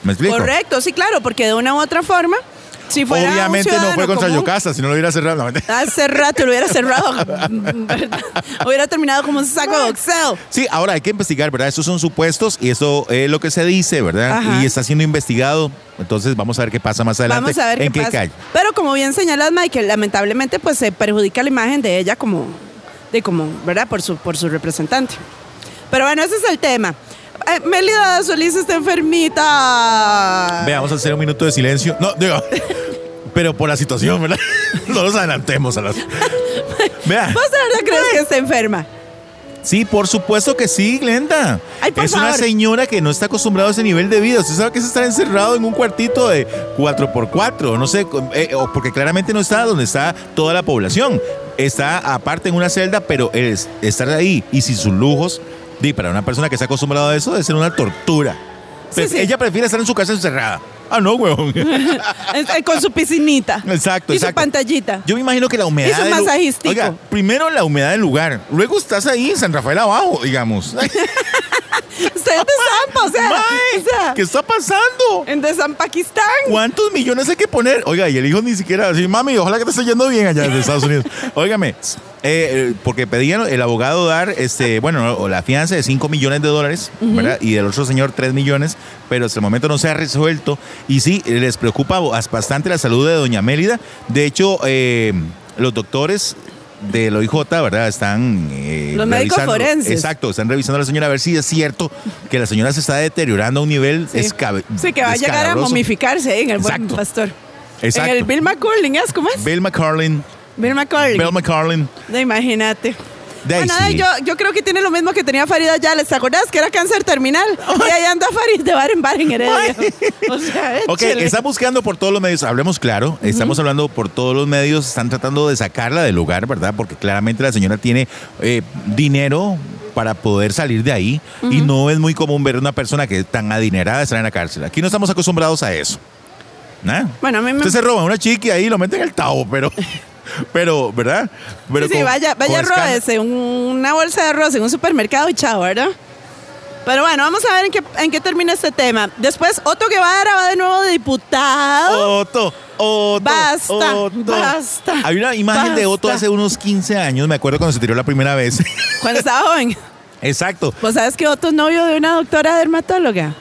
Speaker 2: ¿Me explico?
Speaker 3: Correcto, sí, claro, porque de una u otra forma, si fuera un
Speaker 2: Obviamente no
Speaker 3: ciudadano
Speaker 2: fue contra
Speaker 3: común,
Speaker 2: Yocasta, si no lo hubiera cerrado. no, mentira.
Speaker 3: Hace rato lo hubiera cerrado. hubiera terminado como un saco de boxeo.
Speaker 2: Sí, ahora hay que investigar, ¿verdad? Estos son supuestos y eso es lo que se dice, ¿verdad?
Speaker 3: Ajá.
Speaker 2: Y está siendo investigado. Entonces vamos a ver qué pasa más adelante.
Speaker 3: Vamos a ver
Speaker 2: en
Speaker 3: qué,
Speaker 2: qué,
Speaker 3: pasa.
Speaker 2: cae.
Speaker 3: Pero como bien señalas, Michael, lamentablemente pues se perjudica la imagen de ella como, de como, ¿verdad? Por su, por su representante. Pero bueno, ese es el tema. Eh, Melida Solís está enfermita.
Speaker 2: Veamos hacer un minuto de silencio. No, digo, pero por la situación, ¿verdad? No nos adelantemos a las. Vea.
Speaker 3: ¿Vos de verdad crees que está enferma?
Speaker 2: Sí, por supuesto que sí, Glenda.
Speaker 3: Ay, por
Speaker 2: es una
Speaker 3: favor.
Speaker 2: señora que no está acostumbrada a ese nivel de vida. Usted sabe que es estar encerrado en un cuartito de 4x4, no sé, con- eh, o porque claramente no está donde está toda la población. Está aparte en una celda, pero es estar ahí y sin sus lujos, di, para una persona que está acostumbrada a eso, debe ser una tortura.
Speaker 3: Sí,
Speaker 2: Pref-
Speaker 3: sí.
Speaker 2: Ella prefiere estar en su casa encerrada. Ah, no, huevón.
Speaker 3: Es- eh, Con su piscinita.
Speaker 2: Exacto,
Speaker 3: Y su
Speaker 2: exacto.
Speaker 3: pantallita.
Speaker 2: Yo me imagino que la humedad.
Speaker 3: Es un
Speaker 2: del lu-
Speaker 3: masajistico.
Speaker 2: Oiga, primero la humedad del lugar. Luego estás ahí en San Rafael abajo, digamos. Ay,
Speaker 3: Usted es de Zampa, o sea.
Speaker 2: mae,
Speaker 3: o sea,
Speaker 2: ¿Qué está pasando?
Speaker 3: en de Zampa, Pakistán.
Speaker 2: ¿Cuántos millones hay que poner? Oiga, y el hijo ni siquiera así, mami, ojalá que te esté yendo bien allá de Estados Unidos. Óigame, eh, eh, porque pedían el abogado dar, este, bueno, o la fianza de 5 millones de dólares, ¿verdad? Y del otro señor 3 millones, pero hasta el momento no se ha resuelto. Y sí, eh, les preocupa bas- bastante la salud de doña Mélida. De hecho, eh, los doctores del OIJ, ¿verdad? Están... eh,
Speaker 3: Los médicos
Speaker 2: revisando-
Speaker 3: forenses.
Speaker 2: Exacto, están revisando a la señora a ver si es cierto que la señora se está deteriorando a un nivel
Speaker 3: Sí.
Speaker 2: escabe-
Speaker 3: Sí, que va a llegar a
Speaker 2: escabroso.
Speaker 3: momificarse ahí en el buen
Speaker 2: Exacto.
Speaker 3: pastor.
Speaker 2: Exacto.
Speaker 3: En el Bill McCurling, ¿es? ¿Cómo es?
Speaker 2: Bill McCarlin.
Speaker 3: Bill McCurling.
Speaker 2: Bill McCarlin.
Speaker 3: No, imagínate.
Speaker 2: De ahí
Speaker 3: Bueno, ay,
Speaker 2: sí.
Speaker 3: yo, yo creo que tiene lo mismo que tenía Farida Yales. ¿Te acordás que era cáncer terminal? Y ahí anda Farid de bar en bar en Heredia. O sea,
Speaker 2: Ok,
Speaker 3: échele.
Speaker 2: está buscando por todos los medios, hablemos claro, estamos hablando por todos los medios, están tratando de sacarla del lugar, ¿verdad? Porque claramente la señora tiene eh, dinero para poder salir de ahí y no es muy común ver una persona que es tan adinerada estar en la cárcel. Aquí no estamos acostumbrados a eso. ¿Nah?
Speaker 3: Bueno, a mí me-
Speaker 2: Usted se roba una chiqui ahí y lo mete en el tabo, pero, pero ¿verdad? Pero
Speaker 3: Sí, sí,
Speaker 2: con-
Speaker 3: vaya, vaya
Speaker 2: con escándalo.
Speaker 3: róbese un- una bolsa de arroz en un supermercado y chao, ¿verdad? Pero bueno, vamos a ver en qué, en qué termina este tema. Después, Otto Guevara va de nuevo de diputado.
Speaker 2: Otto, Otto.
Speaker 3: Basta,
Speaker 2: Otto.
Speaker 3: basta,
Speaker 2: Hay una imagen de Otto
Speaker 3: basta.
Speaker 2: hace unos 15 años, me acuerdo cuando se tiró la primera vez.
Speaker 3: Cuando estaba joven.
Speaker 2: Exacto.
Speaker 3: ¿Vos sabes que Otto es novio de una doctora dermatóloga?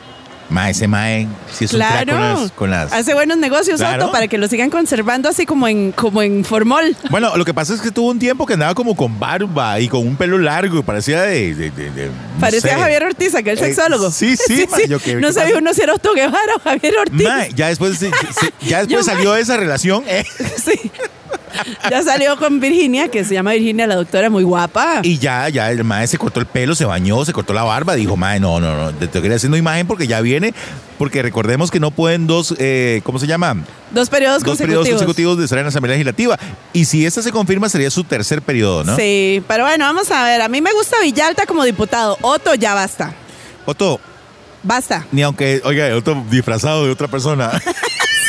Speaker 2: Mae, ese Mae, sí es un crack con las. con las-
Speaker 3: Hace buenos negocios,
Speaker 2: Claro.
Speaker 3: Otto, para que lo sigan conservando así como en, como en formol.
Speaker 2: Bueno, lo que pasa es que tuvo un tiempo que andaba como con barba y con un pelo largo y parecía de. de- de- de- no
Speaker 3: Parecía
Speaker 2: sé.
Speaker 3: Javier Ortiz, aquel
Speaker 2: Eh,
Speaker 3: sexólogo.
Speaker 2: sí, sí, ma, yo qué-
Speaker 3: no
Speaker 2: ¿qué
Speaker 3: sabía
Speaker 2: pasa?
Speaker 3: uno si era Otto Guevara o Javier Ortiz.
Speaker 2: Mae, ya después, se- se- ya después
Speaker 3: Yo, mae.
Speaker 2: salió de esa relación eh,
Speaker 3: Sí. Ya salió con Virginia, que se llama Virginia, la doctora muy guapa.
Speaker 2: y ya, ya el Mae se cortó el pelo, se bañó, se cortó la barba. Dijo, Mae, no, no, no, te estoy haciendo imagen porque ya viene. Porque recordemos que no pueden dos, eh, ¿cómo se llama?
Speaker 3: dos periodos
Speaker 2: dos
Speaker 3: consecutivos.
Speaker 2: periodos consecutivos de estar en la Asamblea Legislativa. Y si esta se confirma, sería su tercer periodo, ¿no?
Speaker 3: Sí, pero bueno, vamos a ver. A mí me gusta Villalta como diputado. Otto, ya basta.
Speaker 2: Otto,
Speaker 3: Basta.
Speaker 2: ni aunque, oiga, Otto disfrazado de otra persona.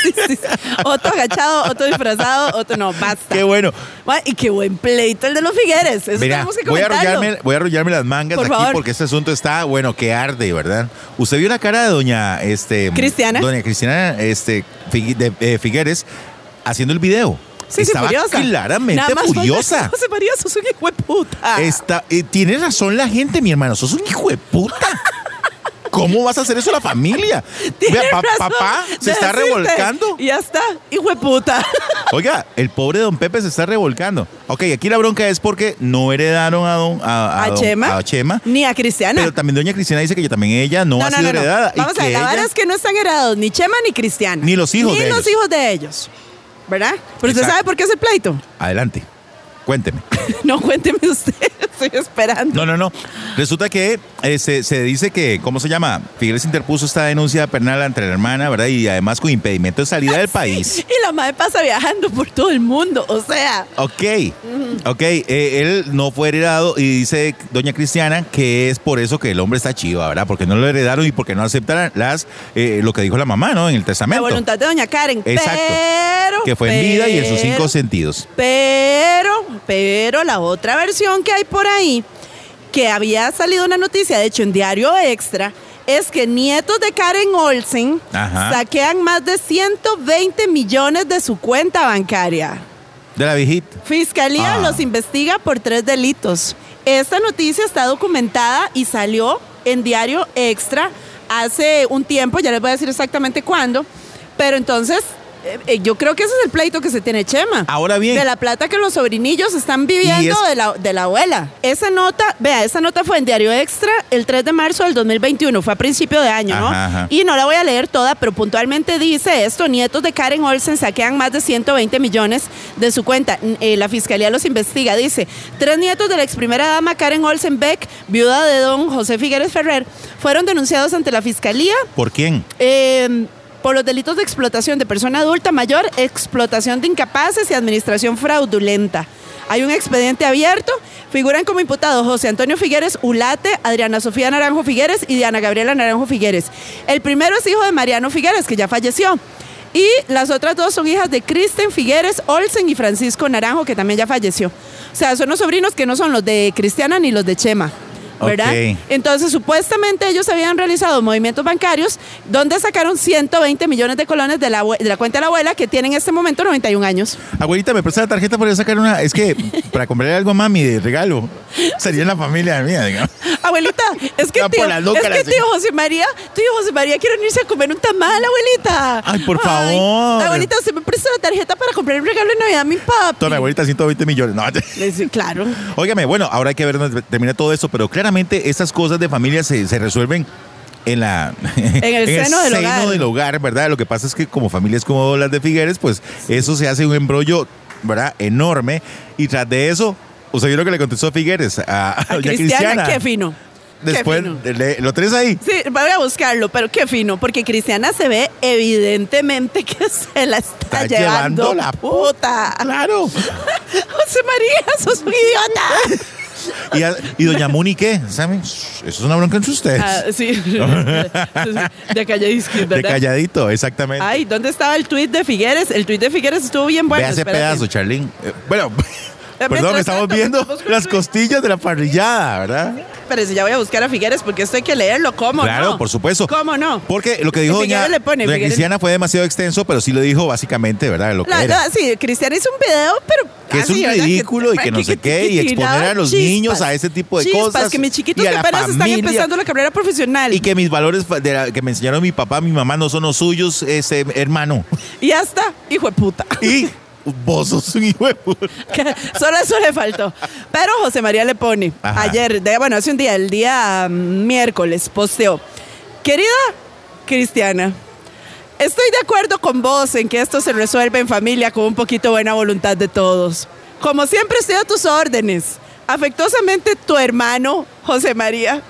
Speaker 3: Sí, sí, sí. Otto agachado, Otto disfrazado, Otto no, basta.
Speaker 2: Qué bueno.
Speaker 3: Bueno, Y qué buen pleito el de los Figueres. Eso
Speaker 2: Mira,
Speaker 3: tenemos que
Speaker 2: voy a,
Speaker 3: comentarlo.
Speaker 2: arrollarme, voy a arrollarme las mangas
Speaker 3: Por
Speaker 2: aquí
Speaker 3: favor.
Speaker 2: porque este asunto está, bueno, que arde, ¿verdad? Usted vio la cara de doña este,
Speaker 3: Cristiana.
Speaker 2: Doña Cristiana este, Figu- de- eh, Figueres haciendo el video.
Speaker 3: Sí, sí,
Speaker 2: Estaba
Speaker 3: furiosa.
Speaker 2: claramente
Speaker 3: Nada más falta que
Speaker 2: furiosa.
Speaker 3: José María sos un hijo de puta.
Speaker 2: Está, eh, tiene razón la gente, mi hermano. Sos un hijo de puta. ¿Cómo vas a hacer eso a la familia?
Speaker 3: Tiene
Speaker 2: Vea, pa-
Speaker 3: razón,
Speaker 2: papá se está
Speaker 3: decirte.
Speaker 2: revolcando.
Speaker 3: Ya está, hijo de puta.
Speaker 2: Oiga, el pobre don Pepe se está revolcando. Ok, aquí la bronca es porque no heredaron a don a,
Speaker 3: A
Speaker 2: don-
Speaker 3: Chema.
Speaker 2: a Chema.
Speaker 3: Ni a Cristiana.
Speaker 2: Pero también doña Cristina dice que yo también ella no, ha sido heredada. y
Speaker 3: Vamos a
Speaker 2: que
Speaker 3: ver, la vara
Speaker 2: ella-
Speaker 3: es que no están heredados ni Chema ni Cristiana.
Speaker 2: Ni los hijos
Speaker 3: Ni
Speaker 2: de
Speaker 3: los
Speaker 2: ellos.
Speaker 3: hijos de ellos. ¿Verdad? Pero usted
Speaker 2: Exacto.
Speaker 3: sabe por qué es el pleito.
Speaker 2: Adelante, cuénteme.
Speaker 3: No, cuénteme usted. Estoy esperando.
Speaker 2: No, no, no. Resulta que eh, se, se dice que, ¿cómo se llama? Figueres interpuso esta denuncia penal entre la hermana, ¿verdad? Y además con impedimento de salida del país.
Speaker 3: Y la madre pasa viajando por todo el mundo. O sea,
Speaker 2: Ok, ok, eh, él no fue heredado y dice doña Cristiana que es por eso que el hombre está chiva, ¿verdad? Porque no lo heredaron y porque no aceptan las, eh, lo que dijo la mamá, ¿no? En el
Speaker 3: la
Speaker 2: testamento,
Speaker 3: voluntad de doña Karen.
Speaker 2: Exacto.
Speaker 3: Pero.
Speaker 2: que fue en vida y en sus
Speaker 3: pero-
Speaker 2: cinco sentidos.
Speaker 3: Pero, pero la otra versión que hay por ahí, que había salido una noticia, de hecho en Diario Extra, es que nietos de Karen Olsen
Speaker 2: Ajá.
Speaker 3: saquean más de 120 millones de su cuenta bancaria.
Speaker 2: De la viejita.
Speaker 3: Fiscalía
Speaker 2: Ah.
Speaker 3: los investiga por tres delitos. Esta noticia está documentada y salió en Diario Extra hace un tiempo, ya les voy a decir exactamente cuándo, pero entonces eh, eh, yo creo que ese es el pleito que se tiene Chema.
Speaker 2: Ahora bien.
Speaker 3: De la plata que los sobrinillos están viviendo
Speaker 2: es-
Speaker 3: de, la, de la abuela. Esa nota, vea, esa nota fue en Diario Extra el 3 de marzo del 2021, fue a principio de año, ¿no?
Speaker 2: Ajá, ajá.
Speaker 3: Y no la voy a leer toda, pero puntualmente dice esto, nietos de Karen Olsen saquean más de 120 millones de su cuenta. N- eh, la fiscalía los investiga, dice, tres nietos de la ex primera dama Karen Olsen Beck, viuda de don José Figueres Ferrer, fueron denunciados ante la fiscalía
Speaker 2: ¿Por quién?
Speaker 3: eh, por los delitos de explotación de persona adulta mayor, explotación de incapaces y administración fraudulenta. Hay un expediente abierto. Figuran como imputados José Antonio Figueres Ulate, Adriana Sofía Naranjo Figueres y Diana Gabriela Naranjo Figueres. El primero es hijo de Mariano Figueres, que ya falleció. Y las otras dos son hijas de Kristen Figueres Olsen y Francisco Naranjo, que también ya falleció. O sea, son los sobrinos que no son los de Cristiana ni los de Chema. ¿Verdad?
Speaker 2: Ok.
Speaker 3: Entonces, supuestamente ellos habían realizado movimientos bancarios donde sacaron 120 millones de colones de la, abue- de la cuenta de la abuela, que tiene en este momento 91 años.
Speaker 2: Abuelita, ¿me presta la tarjeta para yo sacar una? Es que para comprarle algo a mami de regalo. Sería en la familia mía, digamos.
Speaker 3: Abuelita, es que,
Speaker 2: Está por
Speaker 3: tío,
Speaker 2: la loca
Speaker 3: es
Speaker 2: la
Speaker 3: que
Speaker 2: señora.
Speaker 3: tío José María, tío José María quiere irse a comer un tamal, abuelita.
Speaker 2: Ay, por favor.
Speaker 3: Abuelita, usted me presta la tarjeta para comprar un regalo de Navidad a mi
Speaker 2: Toma,
Speaker 3: papi.
Speaker 2: abuelita, 120 millones. No,
Speaker 3: Le dice, Claro.
Speaker 2: Óigame, bueno, ahora hay que ver dónde termina todo esto, pero claramente estas cosas de familia se, se resuelven en la
Speaker 3: En el seno del
Speaker 2: seno
Speaker 3: hogar.
Speaker 2: del hogar, ¿verdad? Lo que pasa es que como familias como las de Figueres, pues eso se hace un embrollo, ¿verdad? Enorme y tras de eso, usted vio lo que le contestó Figueres a,
Speaker 3: A
Speaker 2: doña
Speaker 3: Cristiana, qué fino. qué
Speaker 2: Después
Speaker 3: fino.
Speaker 2: le- lo tenés ahí.
Speaker 3: Sí, voy a buscarlo, pero qué fino, porque Cristiana se ve evidentemente que se la está,
Speaker 2: Está
Speaker 3: llevando,
Speaker 2: llevando la
Speaker 3: puta.
Speaker 2: Claro.
Speaker 3: José María, sos un idiota.
Speaker 2: Y, a- y doña Muni, ¿qué? ¿Saben? Eso es una bronca entre ustedes.
Speaker 3: Ah, sí. de calle izquierda.
Speaker 2: de calladito, exactamente.
Speaker 3: Ay, ¿dónde estaba el tuit de Figueres? El tuit de Figueres estuvo bien bueno.
Speaker 2: Ve ese
Speaker 3: espérate.
Speaker 2: pedazo, Charlín. Eh, bueno, perdón,
Speaker 3: mientras
Speaker 2: estamos
Speaker 3: tanto,
Speaker 2: viendo
Speaker 3: busco el
Speaker 2: las
Speaker 3: tweet.
Speaker 2: costillas de la parrillada, ¿verdad?
Speaker 3: Pero si ya voy a buscar a Figueres porque esto hay que leerlo. ¿Cómo
Speaker 2: claro,
Speaker 3: no?
Speaker 2: por supuesto.
Speaker 3: ¿Cómo no?
Speaker 2: Porque lo que dijo
Speaker 3: Figueres
Speaker 2: doña,
Speaker 3: le pone,
Speaker 2: doña
Speaker 3: Figueres-
Speaker 2: Cristiana fue demasiado extenso, pero sí lo dijo básicamente, ¿verdad? Lo que
Speaker 3: La-
Speaker 2: era.
Speaker 3: la- sí, Cristiana hizo un video, pero.
Speaker 2: Que es
Speaker 3: así,
Speaker 2: un
Speaker 3: ¿verdad?
Speaker 2: ridículo y que no sé qué, y
Speaker 3: que tiraba
Speaker 2: exponer a los
Speaker 3: chispas.
Speaker 2: niños a ese tipo de
Speaker 3: Chispas,
Speaker 2: cosas,
Speaker 3: que mis chiquitos
Speaker 2: y a
Speaker 3: que
Speaker 2: la
Speaker 3: apenas están
Speaker 2: familia.
Speaker 3: empezando la carrera profesional.
Speaker 2: Y que mis valores fa- de la- que me enseñaron mi papá, mi mamá no son los suyos, ese hermano.
Speaker 3: Y hasta, hijo de puta.
Speaker 2: Y vos sos un hijo de puta.
Speaker 3: Que Solo eso le faltó. Pero José María le pone,
Speaker 2: Ajá.
Speaker 3: ayer, de- bueno, hace un día, el día mm, miércoles, posteó. Querida Cristiana, estoy de acuerdo con vos en que esto se resuelve en familia con un poquito buena voluntad de todos. Como siempre, estoy a tus órdenes. Afectuosamente, tu hermano, José María.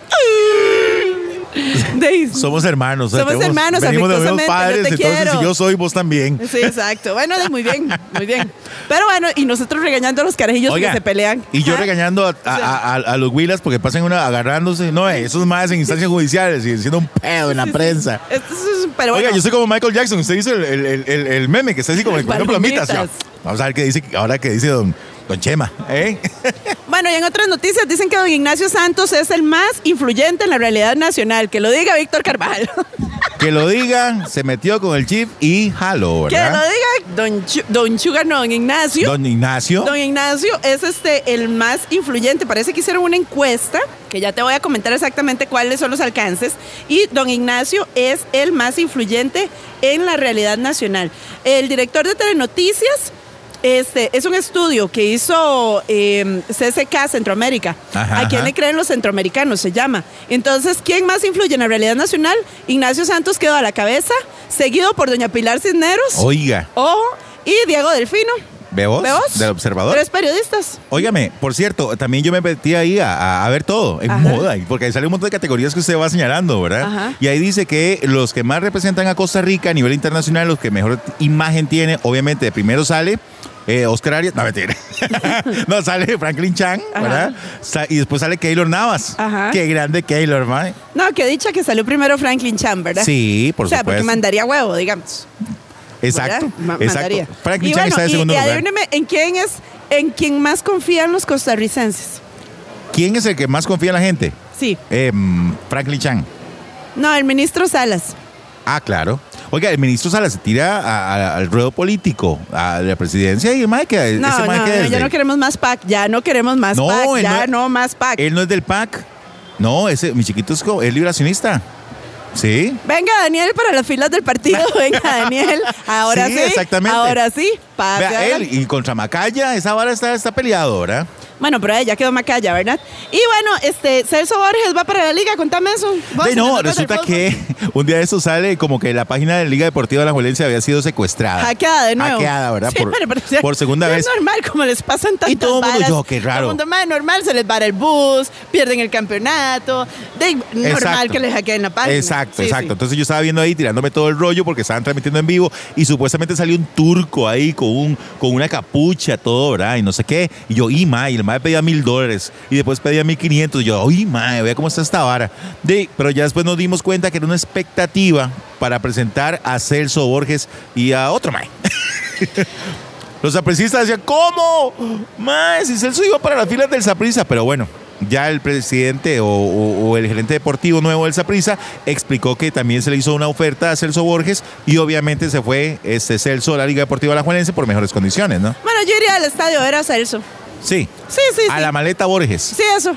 Speaker 3: De-
Speaker 2: Somos hermanos. o sea,
Speaker 3: Somos hermanos,
Speaker 2: venimos de los mismos
Speaker 3: afectuosamente, yo
Speaker 2: padres,
Speaker 3: te
Speaker 2: entonces
Speaker 3: quiero.
Speaker 2: si yo soy, vos también.
Speaker 3: Sí, exacto. Bueno, de- muy bien, muy bien. Pero bueno, y nosotros regañando a los carajillos
Speaker 2: Oiga,
Speaker 3: que se pelean. Ah.
Speaker 2: Y yo
Speaker 3: Ajá.
Speaker 2: regañando a, a- a- a- a los huilas porque pasan una agarrándose. No, eh, esos más en instancias judiciales y siendo un pedo en la prensa.
Speaker 3: Esto es- pero bueno,
Speaker 2: Oiga, yo soy como Michael Jackson. Usted hizo el, el- el- el- el meme que está así como el comiendo
Speaker 3: Palomitas.
Speaker 2: palomitas. Ya, Vamos a ver qué dice ahora que dice don, don Chema. ¿eh?
Speaker 3: bueno, y en otras noticias dicen que don Ignacio Santos es el más influyente en la realidad nacional. Que lo diga Víctor Carvajal.
Speaker 2: que lo digan, se metió con el chip y jaló,
Speaker 3: Que lo
Speaker 2: ¿verdad?
Speaker 3: diga don, Chu- don Sugar, no, don Ignacio.
Speaker 2: Don Ignacio.
Speaker 3: Don Ignacio es este el más influyente. Parece que hicieron una encuesta, que ya te voy a comentar exactamente cuáles son los alcances. Y Don Ignacio es el más influyente en la realidad nacional. El director de Telenoticias. Este, es un estudio que hizo eh, CCK Centroamérica.
Speaker 2: Ajá,
Speaker 3: ¿A quién
Speaker 2: ajá.
Speaker 3: le creen los centroamericanos? Se llama. Entonces, ¿quién más influye en la realidad nacional? Ignacio Santos quedó a la cabeza, seguido por doña Pilar Cisneros,
Speaker 2: Oiga,
Speaker 3: Ojo, y Diego Delfino.
Speaker 2: ¿bebos?
Speaker 3: ¿Bebos?
Speaker 2: Del observador.
Speaker 3: Tres periodistas.
Speaker 2: Óigame, por cierto, también yo me metí ahí a, a- a ver todo, en
Speaker 3: Ajá.
Speaker 2: moda, y porque ahí sale un montón de categorías que usted va señalando, ¿verdad?
Speaker 3: Ajá.
Speaker 2: Y ahí dice que los que más representan a Costa Rica a nivel internacional, los que mejor imagen tiene, obviamente, de primero sale eh, Oscar Arias, no mentira, no sale Franklin Chang,
Speaker 3: Ajá.
Speaker 2: ¿verdad? Sa- y después sale Keylor Navas.
Speaker 3: Ajá.
Speaker 2: Qué grande Keylor, man.
Speaker 3: No, que dicha que salió primero Franklin Chan, ¿verdad?
Speaker 2: Sí, por
Speaker 3: o sea, porque
Speaker 2: supuesto.
Speaker 3: mandaría huevo, digamos.
Speaker 2: exacto,
Speaker 3: ¿verdad? Ma- Mandaría.
Speaker 2: exacto. Franklin
Speaker 3: y
Speaker 2: Chang
Speaker 3: bueno,
Speaker 2: está en
Speaker 3: y-
Speaker 2: segundo
Speaker 3: y,
Speaker 2: lugar.
Speaker 3: adivíneme, en quién es, en quién más confían los costarricenses.
Speaker 2: ¿Quién es el que más confía en la gente?
Speaker 3: Sí.
Speaker 2: Em, Franklin Chang.
Speaker 3: No, el ministro Salas.
Speaker 2: Ah, claro. Oiga, el ministro Salas se tira a- a- al ruedo político, a la presidencia y el mae que
Speaker 3: No,
Speaker 2: E-, ese
Speaker 3: no,
Speaker 2: mae
Speaker 3: no,
Speaker 2: que desde-
Speaker 3: ya no queremos más PAC, ya no queremos más
Speaker 2: No,
Speaker 3: PAC,
Speaker 2: él
Speaker 3: ya
Speaker 2: no-
Speaker 3: no, más PAC.
Speaker 2: Él no es del PAC. No, ese, mi chiquito es, co- es liberacionista. Sí.
Speaker 3: Venga, Daniel, para las filas del partido, venga, Daniel. Ahora
Speaker 2: Sí,
Speaker 3: sí,
Speaker 2: exactamente.
Speaker 3: ahora sí, pase
Speaker 2: Vea,
Speaker 3: adelante.
Speaker 2: él y contra Macaya, esa vara está, está peleado, ¿verdad?
Speaker 3: Bueno, pero ahí ya quedó Macaya, ¿verdad? Y bueno, este, Celso Borges va para la liga, contame eso. Vos,
Speaker 2: De
Speaker 3: si
Speaker 2: no,
Speaker 3: te tocas el
Speaker 2: resulta
Speaker 3: fútbol.
Speaker 2: que un día de eso sale como que la página de la Liga Deportiva de la Juelencia había sido secuestrada.
Speaker 3: Hackeada de nuevo.
Speaker 2: Hackeada, ¿verdad?
Speaker 3: Sí,
Speaker 2: por,
Speaker 3: bueno, pero ya-
Speaker 2: por segunda
Speaker 3: ya
Speaker 2: vez.
Speaker 3: Es normal, como les pasan tantas
Speaker 2: Y todo el mundo,
Speaker 3: varas.
Speaker 2: yo, qué raro.
Speaker 3: Todo el mundo, más normal, se les para el bus, pierden el campeonato. De, normal
Speaker 2: Exacto.
Speaker 3: que les hackeen la página.
Speaker 2: Exacto,
Speaker 3: Sí,
Speaker 2: exacto.
Speaker 3: sí.
Speaker 2: Entonces yo estaba viendo ahí tirándome todo el rollo porque estaban transmitiendo en vivo y supuestamente salió un turco ahí con un con una capucha, todo, ¿verdad? Y no sé qué. Y yo, y mae", y el mae pedía mil dólares y después pedía mil quinientos. Y yo, y mae, vea cómo está esta vara. De, pero ya después nos dimos cuenta que era una expectativa para presentar a Celso Borges y a otro mae. Los apresistas decían, ¿cómo? Mae, si Celso iba para las filas del Saprisa. Pero bueno, ya el presidente o, o- o el gerente deportivo nuevo del Saprisa explicó que también se le hizo una oferta a Celso Borges y obviamente se fue este Celso a la Liga Deportiva Alajuelense por mejores condiciones, ¿no?
Speaker 3: Bueno, yo iría al estadio a ver a Celso.
Speaker 2: Sí.
Speaker 3: Sí, sí, sí.
Speaker 2: A la maleta Borges.
Speaker 3: Sí, eso.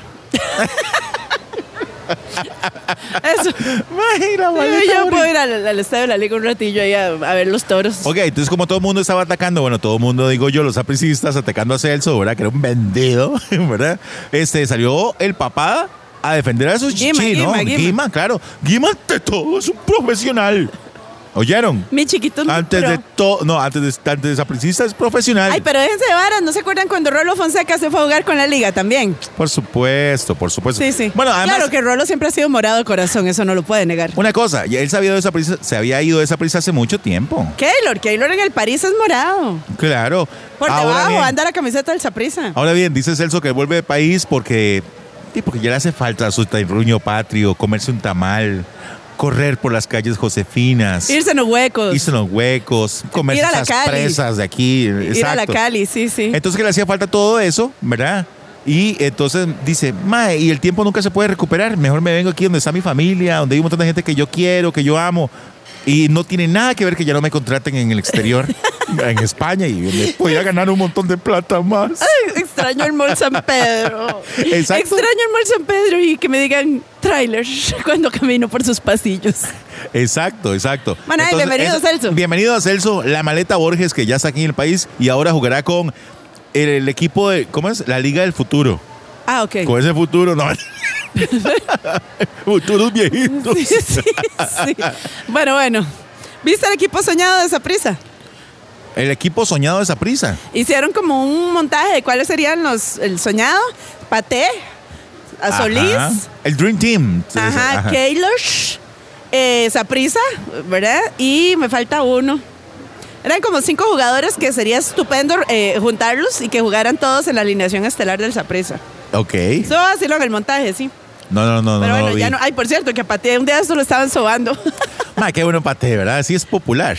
Speaker 3: eso.
Speaker 2: Mae, la
Speaker 3: Yo,
Speaker 2: maleta
Speaker 3: puedo
Speaker 2: Borges.
Speaker 3: ir al, al estadio de la liga un ratillo ahí a, a ver los toros.
Speaker 2: Ok, entonces como todo el mundo estaba atacando, bueno, todo el mundo, digo yo, los apresistas atacando a Celso, ¿verdad? Que era un vendido, ¿verdad? Este, salió el papá a defender a sus
Speaker 3: Guima,
Speaker 2: chichi, ¿no?
Speaker 3: Guima, Guima.
Speaker 2: Guima, claro. Guima ante todo es un profesional. ¿Oyeron?
Speaker 3: Mi chiquito no,
Speaker 2: Antes
Speaker 3: pero-
Speaker 2: de todo, no, antes de, antes de sapricista es profesional.
Speaker 3: Ay, pero déjense de varas, ¿no se acuerdan cuando Rolo Fonseca se fue a jugar con la liga también?
Speaker 2: Por supuesto, por supuesto.
Speaker 3: Sí, sí.
Speaker 2: Bueno, además,
Speaker 3: claro que Rolo siempre ha sido morado de corazón, eso no lo puede negar.
Speaker 2: una cosa, ya él sabía de esa prisa, se había ido de esa prisa hace mucho tiempo.
Speaker 3: Keylor, Keylor en el París es morado.
Speaker 2: Claro.
Speaker 3: Por
Speaker 2: Ahora
Speaker 3: debajo
Speaker 2: Ah, bien- Ah,
Speaker 3: anda la camiseta del Saprisa.
Speaker 2: Ahora bien, dice Celso que vuelve de país porque, sí, porque ya le hace falta su terruño patrio, comerse un tamal, correr por las calles josefinas,
Speaker 3: Irse en los huecos.
Speaker 2: irse en los huecos, comerse
Speaker 3: Ir a la
Speaker 2: esas
Speaker 3: Cali.
Speaker 2: presas de aquí.
Speaker 3: Ir a la
Speaker 2: exacto.
Speaker 3: Cali, sí, sí.
Speaker 2: Entonces que le hacía falta todo eso, ¿verdad? Y entonces dice, mae, y el tiempo nunca se puede recuperar, mejor me vengo aquí donde está mi familia, donde hay un montón de gente que yo quiero, que yo amo. Y no tiene nada que ver que ya no me contraten en el exterior, en España, y me podía ganar un montón de plata más.
Speaker 3: Extraño el Mall San Pedro.
Speaker 2: Exacto.
Speaker 3: Extraño el Mall San Pedro y que me digan trailer cuando camino por sus pasillos.
Speaker 2: Exacto, exacto.
Speaker 3: Bueno, ay, bienvenido,
Speaker 2: es-
Speaker 3: Celso.
Speaker 2: Bienvenido a Celso, la maleta Borges que ya está aquí en el país y ahora jugará con el, el equipo de, ¿cómo es? La Liga del Futuro.
Speaker 3: Ah, ok.
Speaker 2: Con ese futuro, no. Futuros viejitos.
Speaker 3: Sí, sí, sí. Bueno, bueno. ¿Viste el equipo soñado de Saprisa?
Speaker 2: El equipo soñado de esa prisa.
Speaker 3: Hicieron como un montaje de cuáles serían los el soñado, Paté, a Solís, ajá,
Speaker 2: El Dream Team. Ajá.
Speaker 3: Keylor, eh, Saprisa, ¿verdad? Y me falta uno. Eran como cinco jugadores que sería estupendo eh, juntarlos y que jugaran todos en la alineación estelar del Saprisa.
Speaker 2: Ok.
Speaker 3: Eso así lo en el montaje, sí.
Speaker 2: No, no, no,
Speaker 3: Pero
Speaker 2: no.
Speaker 3: bueno,
Speaker 2: lo
Speaker 3: ya
Speaker 2: vi.
Speaker 3: no. Ay, por cierto, que a Paté un día esto lo estaban sobando.
Speaker 2: Ma, qué bueno pate, ¿verdad? Sí es popular.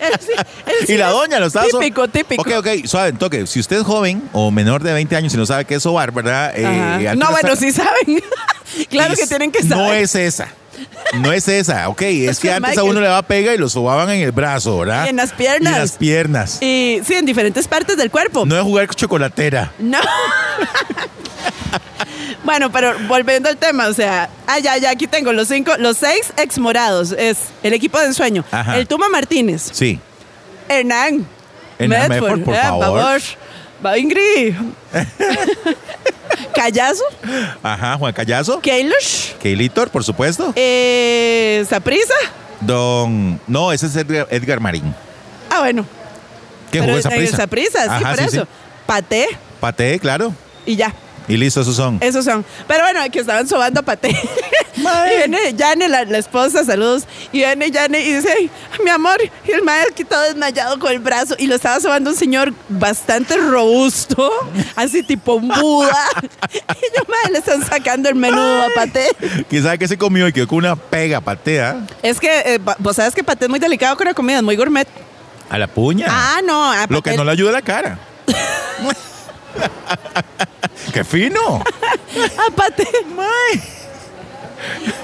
Speaker 3: Él sí- él sí
Speaker 2: Y la
Speaker 3: es
Speaker 2: doña lo estaba so-
Speaker 3: Típico, típico.
Speaker 2: Ok, ok, suave, toque. Si usted es joven o menor de 20 años y no sabe qué es sobar, ¿verdad? Eh,
Speaker 3: Ajá.
Speaker 2: aquí
Speaker 3: no,
Speaker 2: está-
Speaker 3: bueno, sí saben. claro que tienen que
Speaker 2: No
Speaker 3: saber.
Speaker 2: es esa. No es esa, ok. Es que
Speaker 3: que
Speaker 2: antes a
Speaker 3: Michael-
Speaker 2: uno le daba pega y lo sobaban en el brazo, ¿verdad?
Speaker 3: Y en las
Speaker 2: Y en
Speaker 3: piernas.
Speaker 2: las piernas.
Speaker 3: Y sí, en diferentes partes del cuerpo.
Speaker 2: No es jugar con chocolatera.
Speaker 3: No. bueno, pero volviendo al tema, o sea, ah, ya, ya, aquí tengo los cinco, los seis exmorados. Es el equipo de ensueño.
Speaker 2: Ajá.
Speaker 3: El Tuma Martínez,
Speaker 2: Sí.
Speaker 3: Hernán, eh,
Speaker 2: Hernán Medford, por favor.
Speaker 3: Va Ingrid. Callazo,
Speaker 2: Ajá, Juan Callazo.
Speaker 3: Kailush,
Speaker 2: Keilitor, por supuesto.
Speaker 3: eh, Saprisa.
Speaker 2: Don. No, ese es Edgar, Edgar Marín.
Speaker 3: Ah, bueno.
Speaker 2: ¿Qué
Speaker 3: pero
Speaker 2: jugó
Speaker 3: en
Speaker 2: esa prisa?
Speaker 3: esa prisa, sí, por eso. Paté
Speaker 2: Pateé, claro.
Speaker 3: y ya.
Speaker 2: Y listo, esos son.
Speaker 3: Esos son. Pero bueno, que estaban sobando a Paté. y viene Yane, la, la esposa, saludos. Y viene Yane y dice, "Ay, mi amor, y el maestro que todo desmayado con el brazo. Y lo estaba sobando un señor bastante robusto, así tipo un Buda. y yo, madre, le están sacando el menudo a Paté.
Speaker 2: Quizá que se comió y quedó con una pega ah? patea
Speaker 3: Es que, eh, va- vos sabes que Paté es muy delicado con la comida, es muy gourmet.
Speaker 2: a la puña.
Speaker 3: Ah, no. a
Speaker 2: Lo que
Speaker 3: Paté-
Speaker 2: no le ayuda la cara. ¡Qué fino!
Speaker 3: A Paté.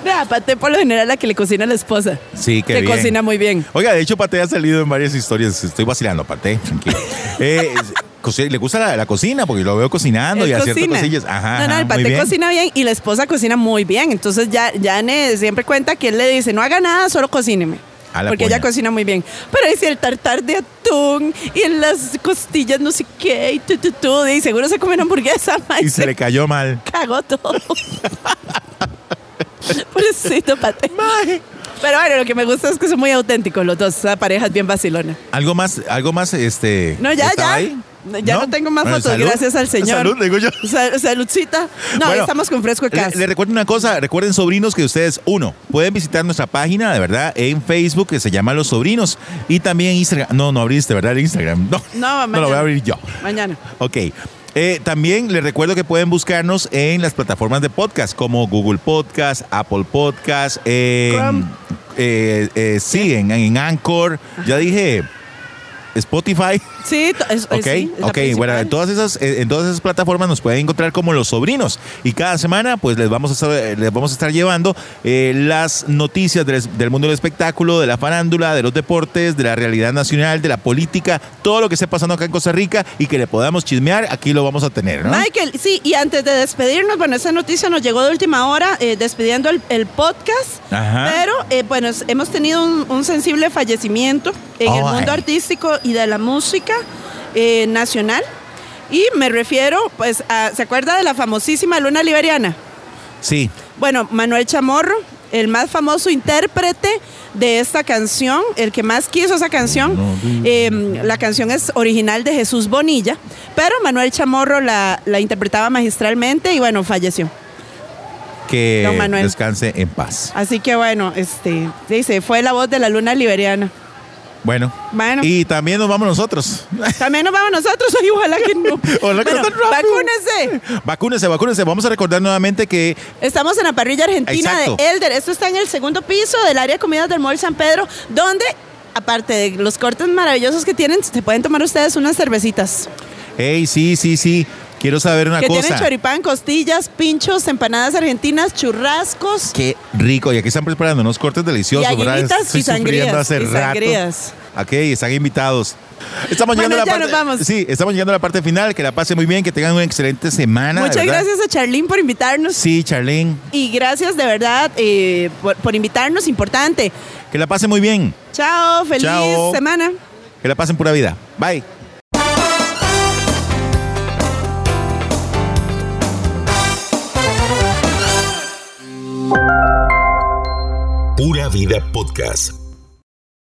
Speaker 3: No, a Paté por lo general la que le cocina a la esposa.
Speaker 2: Sí, qué
Speaker 3: que
Speaker 2: bien.
Speaker 3: cocina muy bien.
Speaker 2: Oiga, de hecho, Pate ha salido en varias historias. Estoy vacilando, Pate, tranquilo. Eh, es- cosi- le gusta la, la cocina porque lo veo cocinando
Speaker 3: Él
Speaker 2: y haciendo
Speaker 3: cocina.
Speaker 2: cosillas. Ajá.
Speaker 3: No, no,
Speaker 2: ajá,
Speaker 3: el
Speaker 2: muy
Speaker 3: paté
Speaker 2: bien.
Speaker 3: cocina bien y la esposa cocina muy bien. Entonces ya Yane siempre cuenta que él le dice, no haga nada, solo cocíneme.
Speaker 2: A la
Speaker 3: Porque
Speaker 2: puña.
Speaker 3: ella cocina muy bien. Pero dice el tartar de atún y en las costillas no sé qué y tu, tu, tu, y seguro se come una hamburguesa, mae,
Speaker 2: Y se le cayó mal.
Speaker 3: cagó todo. Pobrecito paté. Pero bueno, lo que me gusta es que son muy auténticos los dos. Esa pareja es bien vacilona.
Speaker 2: Algo más, algo más, este.
Speaker 3: No, ya,
Speaker 2: ¿estaba
Speaker 3: ya.
Speaker 2: ahí?
Speaker 3: Ya no tengo más
Speaker 2: Bueno,
Speaker 3: fotos,
Speaker 2: salud.
Speaker 3: gracias al Señor.
Speaker 2: Salud, le digo yo.
Speaker 3: Sa- saludcita. No,
Speaker 2: Bueno,
Speaker 3: estamos con fresco de
Speaker 2: Le,
Speaker 3: casa.
Speaker 2: le recuerdo una cosa, recuerden sobrinos que ustedes, uno, pueden visitar nuestra página, de verdad, en Facebook que se llama Los Sobrinos y también Instagram. No, no abriste, ¿verdad? El Instagram. No,
Speaker 3: No, mañana.
Speaker 2: no lo voy a abrir yo.
Speaker 3: Mañana.
Speaker 2: Ok. Eh, también les recuerdo que pueden buscarnos en las plataformas de podcast como Google Podcast, Apple Podcast, en-
Speaker 3: Chrome.
Speaker 2: eh, eh, sí, en, en Anchor, ya dije Spotify.
Speaker 3: Sí, to- es- es-
Speaker 2: Ok,
Speaker 3: Pues sí, es la
Speaker 2: ok, bueno,
Speaker 3: principal.
Speaker 2: en todas, esas, eh, en todas esas plataformas nos pueden encontrar como los sobrinos y cada semana pues les vamos a estar, eh, les vamos a estar llevando eh, las noticias del, del mundo del espectáculo, de la farándula, de los deportes, de la realidad nacional, de la política, todo lo que esté pasando acá en Costa Rica y que le podamos chismear, aquí lo vamos a tener, ¿no?
Speaker 3: Michael, sí, y antes de despedirnos, bueno, esa noticia nos llegó de última hora, eh, despidiendo el, el podcast,
Speaker 2: Ajá.
Speaker 3: pero eh, bueno, es- hemos tenido un, un sensible fallecimiento en el
Speaker 2: Oh, Ay.
Speaker 3: mundo artístico y de la música eh, nacional. Y me refiero, pues, a, ¿se acuerda de la famosísima Luna Liberiana?
Speaker 2: Sí,
Speaker 3: Bueno, Manuel Chamorro, el más famoso intérprete de esta canción, el que más quiso esa canción. Eh, la canción es original de Jesús Bonilla, pero Manuel Chamorro la, la interpretaba magistralmente y bueno, falleció.
Speaker 2: que
Speaker 3: Don Manuel.
Speaker 2: descanse en paz.
Speaker 3: Así que bueno, este, dice, fue la voz de la luna liberiana.
Speaker 2: Bueno.
Speaker 3: Bueno,
Speaker 2: Y también nos vamos nosotros.
Speaker 3: también nos vamos nosotros, hoy ojalá que no.
Speaker 2: Ojalá que no
Speaker 3: Bueno,
Speaker 2: tan rápido.
Speaker 3: vacúnense.
Speaker 2: vacúnense, vacúnense. Vamos a recordar nuevamente que
Speaker 3: Estamos en la parrilla argentina
Speaker 2: Exacto.
Speaker 3: de Elder. Esto está en el segundo piso del área de comidas del Mall San Pedro, donde, aparte de los cortes maravillosos que tienen, se pueden tomar ustedes unas cervecitas.
Speaker 2: Hey, sí, sí, sí. Quiero saber una
Speaker 3: que tienen
Speaker 2: cosa.
Speaker 3: choripán, costillas, pinchos, empanadas argentinas, churrascos.
Speaker 2: Qué rico. Y aquí están preparando unos cortes deliciosos.
Speaker 3: Y
Speaker 2: ¿verdad?
Speaker 3: aguilitas
Speaker 2: Estoy
Speaker 3: y sangrías,
Speaker 2: sufriendo hace
Speaker 3: y
Speaker 2: rato.
Speaker 3: sangrías.
Speaker 2: Ok, están invitados. Estamos
Speaker 3: Bueno,
Speaker 2: llegando a la
Speaker 3: ya
Speaker 2: parte,
Speaker 3: nos vamos.
Speaker 2: Sí, estamos llegando a la parte final. Que la pasen muy bien, que tengan una excelente semana. de
Speaker 3: Muchas
Speaker 2: verdad.
Speaker 3: gracias a Charlene por invitarnos.
Speaker 2: Sí, Charlene.
Speaker 3: Y gracias de verdad eh, por, por invitarnos, importante.
Speaker 2: Que la pasen muy bien.
Speaker 3: Chao, feliz
Speaker 2: Chao.
Speaker 3: semana.
Speaker 2: Que la pasen pura vida. Bye.
Speaker 1: Pura Vida Podcast